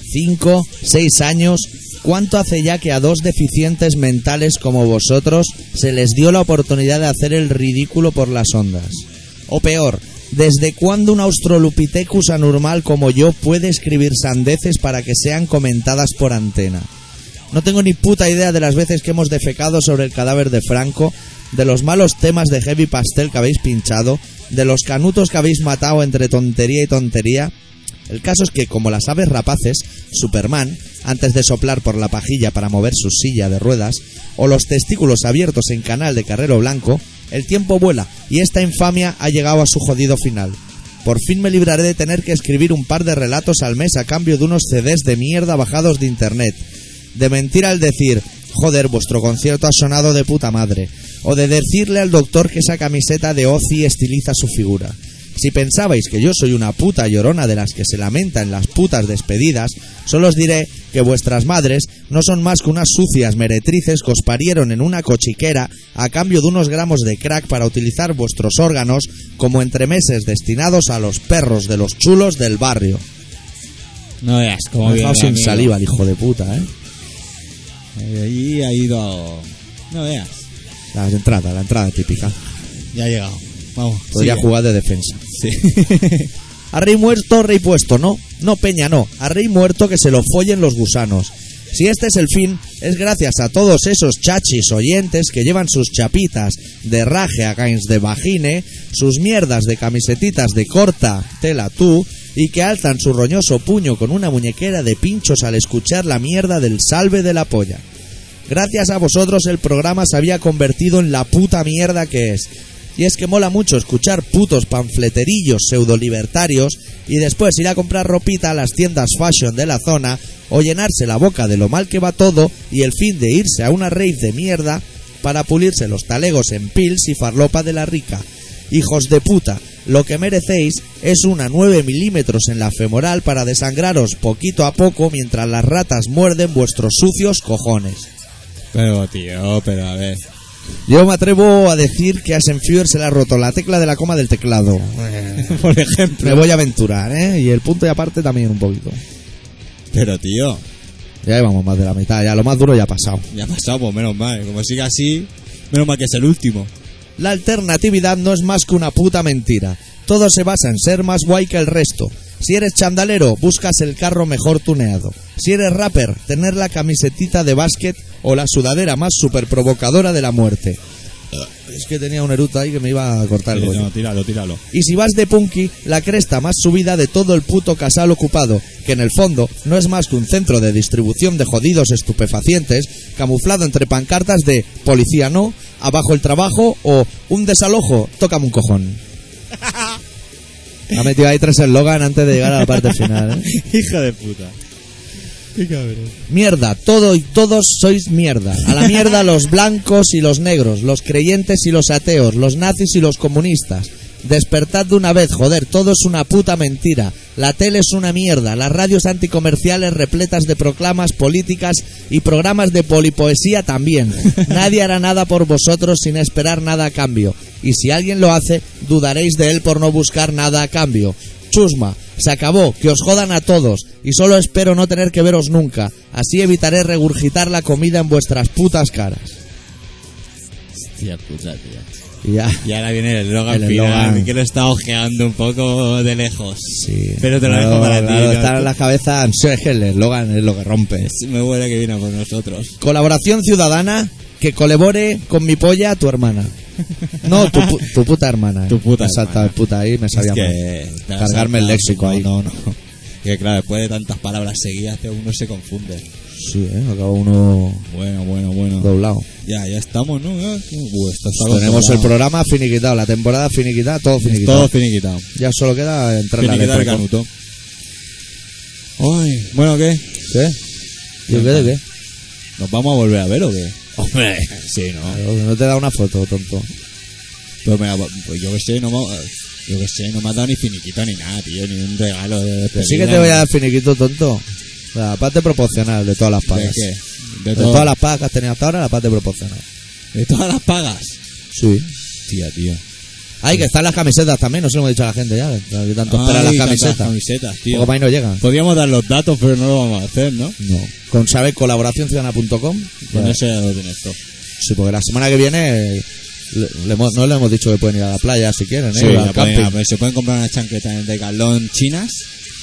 B: cinco, seis años. ¿Cuánto hace ya que a dos deficientes mentales como vosotros se les dio la oportunidad de hacer el ridículo por las ondas? O peor, ¿desde cuándo un Australopithecus anormal como yo puede escribir sandeces para que sean comentadas por antena? No tengo ni puta idea de las veces que hemos defecado sobre el cadáver de Franco, de los malos temas de Heavy Pastel que habéis pinchado, de los canutos que habéis matado entre tontería y tontería. El caso es que, como las aves rapaces, Superman, antes de soplar por la pajilla para mover su silla de ruedas, o los testículos abiertos en canal de Carrero Blanco, el tiempo vuela y esta infamia ha llegado a su jodido final. Por fin me libraré de tener que escribir un par de relatos al mes a cambio de unos CDs de mierda bajados de internet. De mentir al decir, joder, vuestro concierto ha sonado de puta madre. O de decirle al doctor que esa camiseta de Ozzy estiliza su figura. Si pensabais que yo soy una puta llorona de las que se lamenta en las putas despedidas, solo os diré que vuestras madres no son más que unas sucias meretrices que os parieron en una cochiquera a cambio de unos gramos de crack para utilizar vuestros órganos como entremeses destinados a los perros de los chulos del barrio.
E: No veas cómo
B: Me ha
E: viene,
B: dejado sin
E: amigo.
B: saliva el hijo de puta, ¿eh?
C: Eh, Ahí ha ido. No veas.
B: La entrada, la entrada típica.
C: Ya ha llegado. Vamos.
B: Podría
C: sigue.
B: jugar de defensa.
C: Sí.
B: A rey muerto, rey puesto, no. No, Peña, no. A rey muerto que se lo follen los gusanos. Si este es el fin, es gracias a todos esos chachis oyentes que llevan sus chapitas de raje a gains de vagine, sus mierdas de camisetitas de corta tela tú, y que alzan su roñoso puño con una muñequera de pinchos al escuchar la mierda del salve de la polla. Gracias a vosotros el programa se había convertido en la puta mierda que es. Y es que mola mucho escuchar putos panfleterillos pseudolibertarios y después ir a comprar ropita a las tiendas fashion de la zona o llenarse la boca de lo mal que va todo y el fin de irse a una rave de mierda para pulirse los talegos en pils y farlopa de la rica. Hijos de puta, lo que merecéis es una 9 milímetros en la femoral para desangraros poquito a poco mientras las ratas muerden vuestros sucios cojones.
C: Pero, tío, pero a ver.
B: Yo me atrevo a decir que a Senfuer se le ha roto la tecla de la coma del teclado.
C: Por ejemplo.
B: Me voy a aventurar, ¿eh? Y el punto y aparte también un poquito.
C: Pero, tío,
B: Ya llevamos más de la mitad, ya lo más duro ya ha pasado.
C: ya ha pasado, pues menos mal. Como siga así, menos mal que es el último.
B: La alternatividad no es más que una puta mentira. Todo se basa en ser más guay que el resto. Si eres chandalero, buscas el carro mejor tuneado. Si eres rapper, tener la camisetita de básquet o la sudadera más super provocadora de la muerte. Es que tenía un eruto ahí que me iba a cortar el
C: Sí,
B: cuello.
C: no, tíralo, tíralo.
B: Y si vas de punky, la cresta más subida de todo el puto casal ocupado, que en el fondo no es más que un centro de distribución de jodidos estupefacientes, camuflado entre pancartas de policía no, abajo el trabajo o un desalojo, tócame un cojón. Ha metido ahí tres eslogan antes de llegar a la parte final. ¿eh?
C: Hija de puta. Qué cabrón.
B: Mierda, todo y todos sois mierda. A la mierda los blancos y los negros, los creyentes y los ateos, los nazis y los comunistas. Despertad de una vez, joder, todo es una puta mentira. La tele es una mierda, las radios anticomerciales repletas de proclamas políticas y programas de polipoesía también. Nadie hará nada por vosotros sin esperar nada a cambio. Y si alguien lo hace, dudaréis de él por no buscar nada a cambio. Chusma, se acabó, que os jodan a todos, y solo espero no tener que veros nunca, así evitaré regurgitar la comida en vuestras putas caras.
C: Hostia puta, tío.
B: Y ya.
C: Y ahora viene el eslogan
B: El
C: final,
B: eslogan.
C: que lo está ojeando un poco de lejos.
B: Sí.
C: Pero te lo dejo para ti, ¿no?
B: Estar en la cabeza, sí, es que el eslogan es lo que rompe.
C: Es muy buena que viene por nosotros.
B: Colaboración ciudadana, que colabore con mi polla tu hermana. No, tu, pu- tu puta hermana.
C: Tu puta
B: Me he saltado
C: hermana.
B: el puta ahí, me
C: Es
B: sabía mal.
C: que te has
B: Cargarme el
C: saltado,
B: léxico
C: no,
B: ahí.
C: No, no. Que claro, después de tantas palabras seguidas, te- uno se confunde.
B: Sí, ¿eh? acabo uno
C: Bueno, bueno, bueno.
B: doblado.
C: Ya, ya estamos, ¿no? Ya, uh, esto está
B: Tenemos el
C: controlado.
B: programa finiquitado, la temporada finiquitada, todo finiquitado.
C: Todo finiquitado.
B: Ya solo queda entrar en la
C: Finiquitado el
B: letra.
C: canuto. Ay, bueno, ¿qué?
B: ¿Qué? ¿Yo ¿Eh? qué de qué?
C: ¿Nos vamos a volver a ver o qué? Hombre, sí, ¿no?
B: Claro, No te da una foto, tonto.
C: Pues, mira, pues yo que sé, no me, yo que sé, no me has dado ni finiquito ni nada, tío, ni un regalo de despedida,
B: Pues Sí que te
C: ni-
B: voy a dar finiquito, tonto. La parte proporcional de todas las
C: ¿De
B: pagas.
C: qué?
B: De,
C: De, todo-
B: todas las pagas que has tenido hasta ahora, la parte proporcional.
C: de todas las pagas.
B: Sí.
C: Tía, tío.
B: Ay, que están las camisetas también, no se lo hemos dicho a la gente ya. que Tanto esperan las
C: Ay, tantas
B: camisetas.
C: camisetas, tío.
B: Poco más y no llegan.
C: Podríamos dar los datos, pero no lo vamos a hacer, ¿no? Pues
B: No. Con sabe colaboraciónciudadana.com.
C: Con eso ya lo tienes todo.
B: Pues, Sí, porque la semana que viene eh, le- le hemos- no le hemos dicho que pueden ir a la playa si quieren, ¿eh?
C: Sí,
B: O
C: la
B: al
C: pueden-
B: camping.
C: pues, se pueden comprar una chancleta en el Decathlon chinas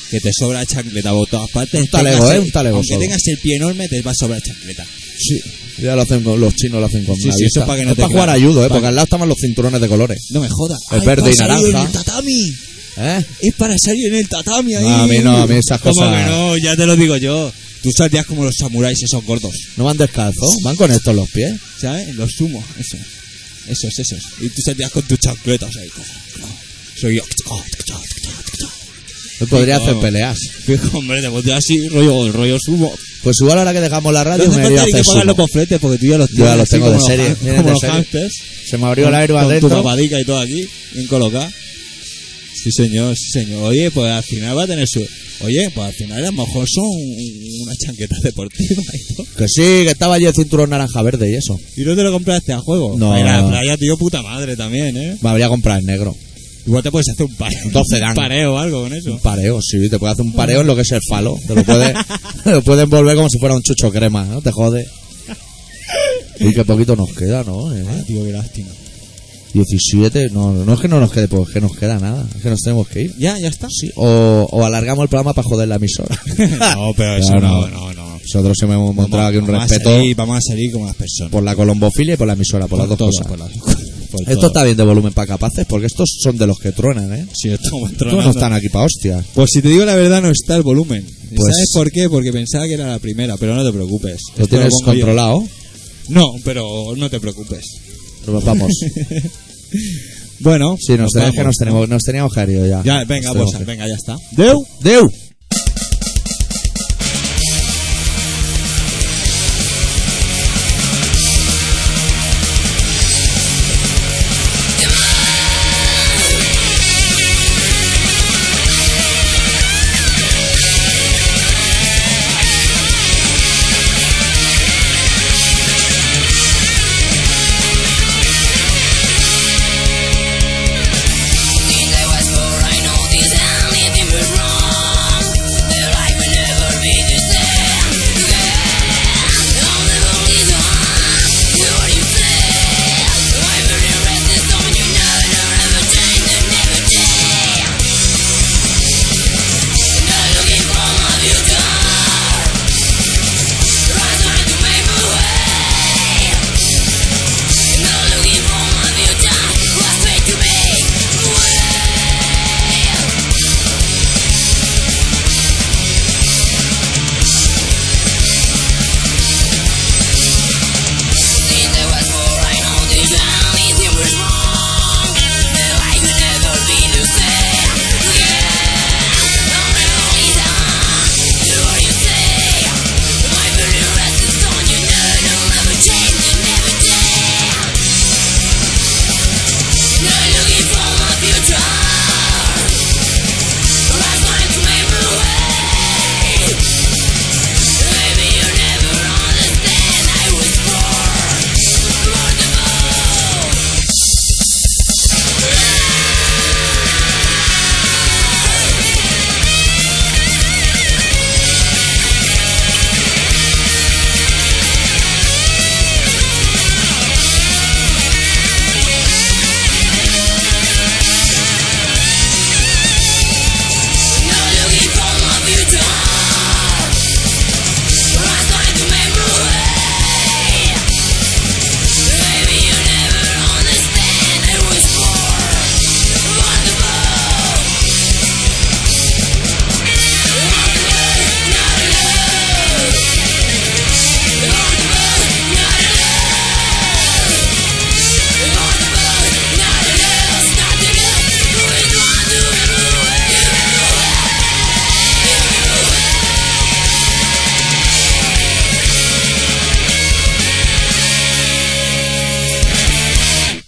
C: que te sobra chancleta por todas partes.
B: Un talego,
C: Tengas
B: ¿eh?
C: el-
B: Un talego
C: Aunque
B: solo.
C: tengas el pie enorme, te va a sobrar chancleta.
B: Sí. Ya lo hacen con- los chinos, lo hacen con
C: Sí,
B: la
C: sí, eso
B: vista.
C: es para que no
B: Es
C: te
B: jugar
C: claves.
B: ayudo, ¿eh?
C: Para-
B: Porque al lado estaban los cinturones de colores.
C: No me jodas.
B: Es verde
C: para
B: y
C: salir
B: naranja.
C: en el tatami.
B: ¿Eh?
C: Es para salir en el tatami ahí.
B: No, a mí no, a mí esas
C: ¿Cómo
B: cosas-
C: que no? Ya te lo digo yo. Tú salías como los samuráis esos gordos.
B: No van descalzos, van con estos los pies.
C: ¿Sabes? Los sumos, eso. Esos, esos. Y tú salías con tus chancletas ahí. Soy yo.
B: Hoy podría hacer
C: no.
B: peleas.
C: Fijo, hombre, te pondría así, rollo, rollo sumo.
B: Pues igual ahora que dejamos la radio
C: No
B: me
C: hace
B: voy a
C: falta ni que
B: hacer
C: pagar
B: sumo.
C: los cofletes porque tú ya los
B: Yo
C: tienes.
B: ya los
C: así
B: tengo de
C: como
B: serie.
C: los ham-
B: vienen
C: Como
B: de
C: los
B: serie.
C: hamsters.
B: Se me abrió el aire
C: con tu
B: adentro.
C: papadica y todo aquí, bien colocado. Sí, señor, sí, señor. Oye, pues al final va a tener su. Oye, pues al final a lo mejor son unas chanquetas deportivas y todo.
B: Que sí, que estaba allí el cinturón naranja verde y eso.
C: ¿Y no te lo compraste a juego?
B: No.
C: Para ir a la playa, tío, puta madre también, ¿eh?
B: Me habría comprado el negro.
C: Igual te puedes hacer un pareo.
B: Doce dan.
C: Un pareo o algo con
B: Un
C: eso.
B: pareo, sí, te puede hacer un pareo en lo que es el falo. Te lo puede, te lo puede envolver como si fuera un chucho crema, ¿no? Te jode. Y qué poquito nos queda, ¿no? Eh,
C: Ah, tío, qué lástima.
B: 17, no, no es que no nos quede, pues que nos queda nada. Es que nos tenemos que ir.
C: Ya, ya está. Sí.
B: O, o alargamos el programa para joder la emisora.
C: no, pero eso
B: Claro.
C: no, no, no.
B: Nosotros siempre hemos mostrado aquí un
C: Vamos a
B: respeto
C: salir- vamos a salir como las personas.
B: por la colombofilia y por la emisora, por, las dos
C: todo,
B: cosas.
C: por las dos cosas. Por
B: Esto
C: todo.
B: está bien de volumen para capaces, porque estos son de los que truenan, ¿eh?
C: Sí, estamos
B: Estos
C: tronando.
B: no están aquí para hostias.
C: Pues si te digo la verdad, no está el volumen.
B: Pues-
C: ¿Sabes por qué? Porque pensaba que era la primera, pero no te preocupes.
B: Lo
C: Esto
B: tienes
C: pongo yo.
B: controlado.
C: No, pero no te preocupes.
B: Pero vamos.
C: Bueno,
B: Sí, nos, tenemos
C: vamos.
B: que nos, tenemos, nos teníamos que haber ido ya.
C: Ya, venga,
B: Nos tenemos
C: pues,
B: que-
C: venga, ya está.
B: Deu. Deu.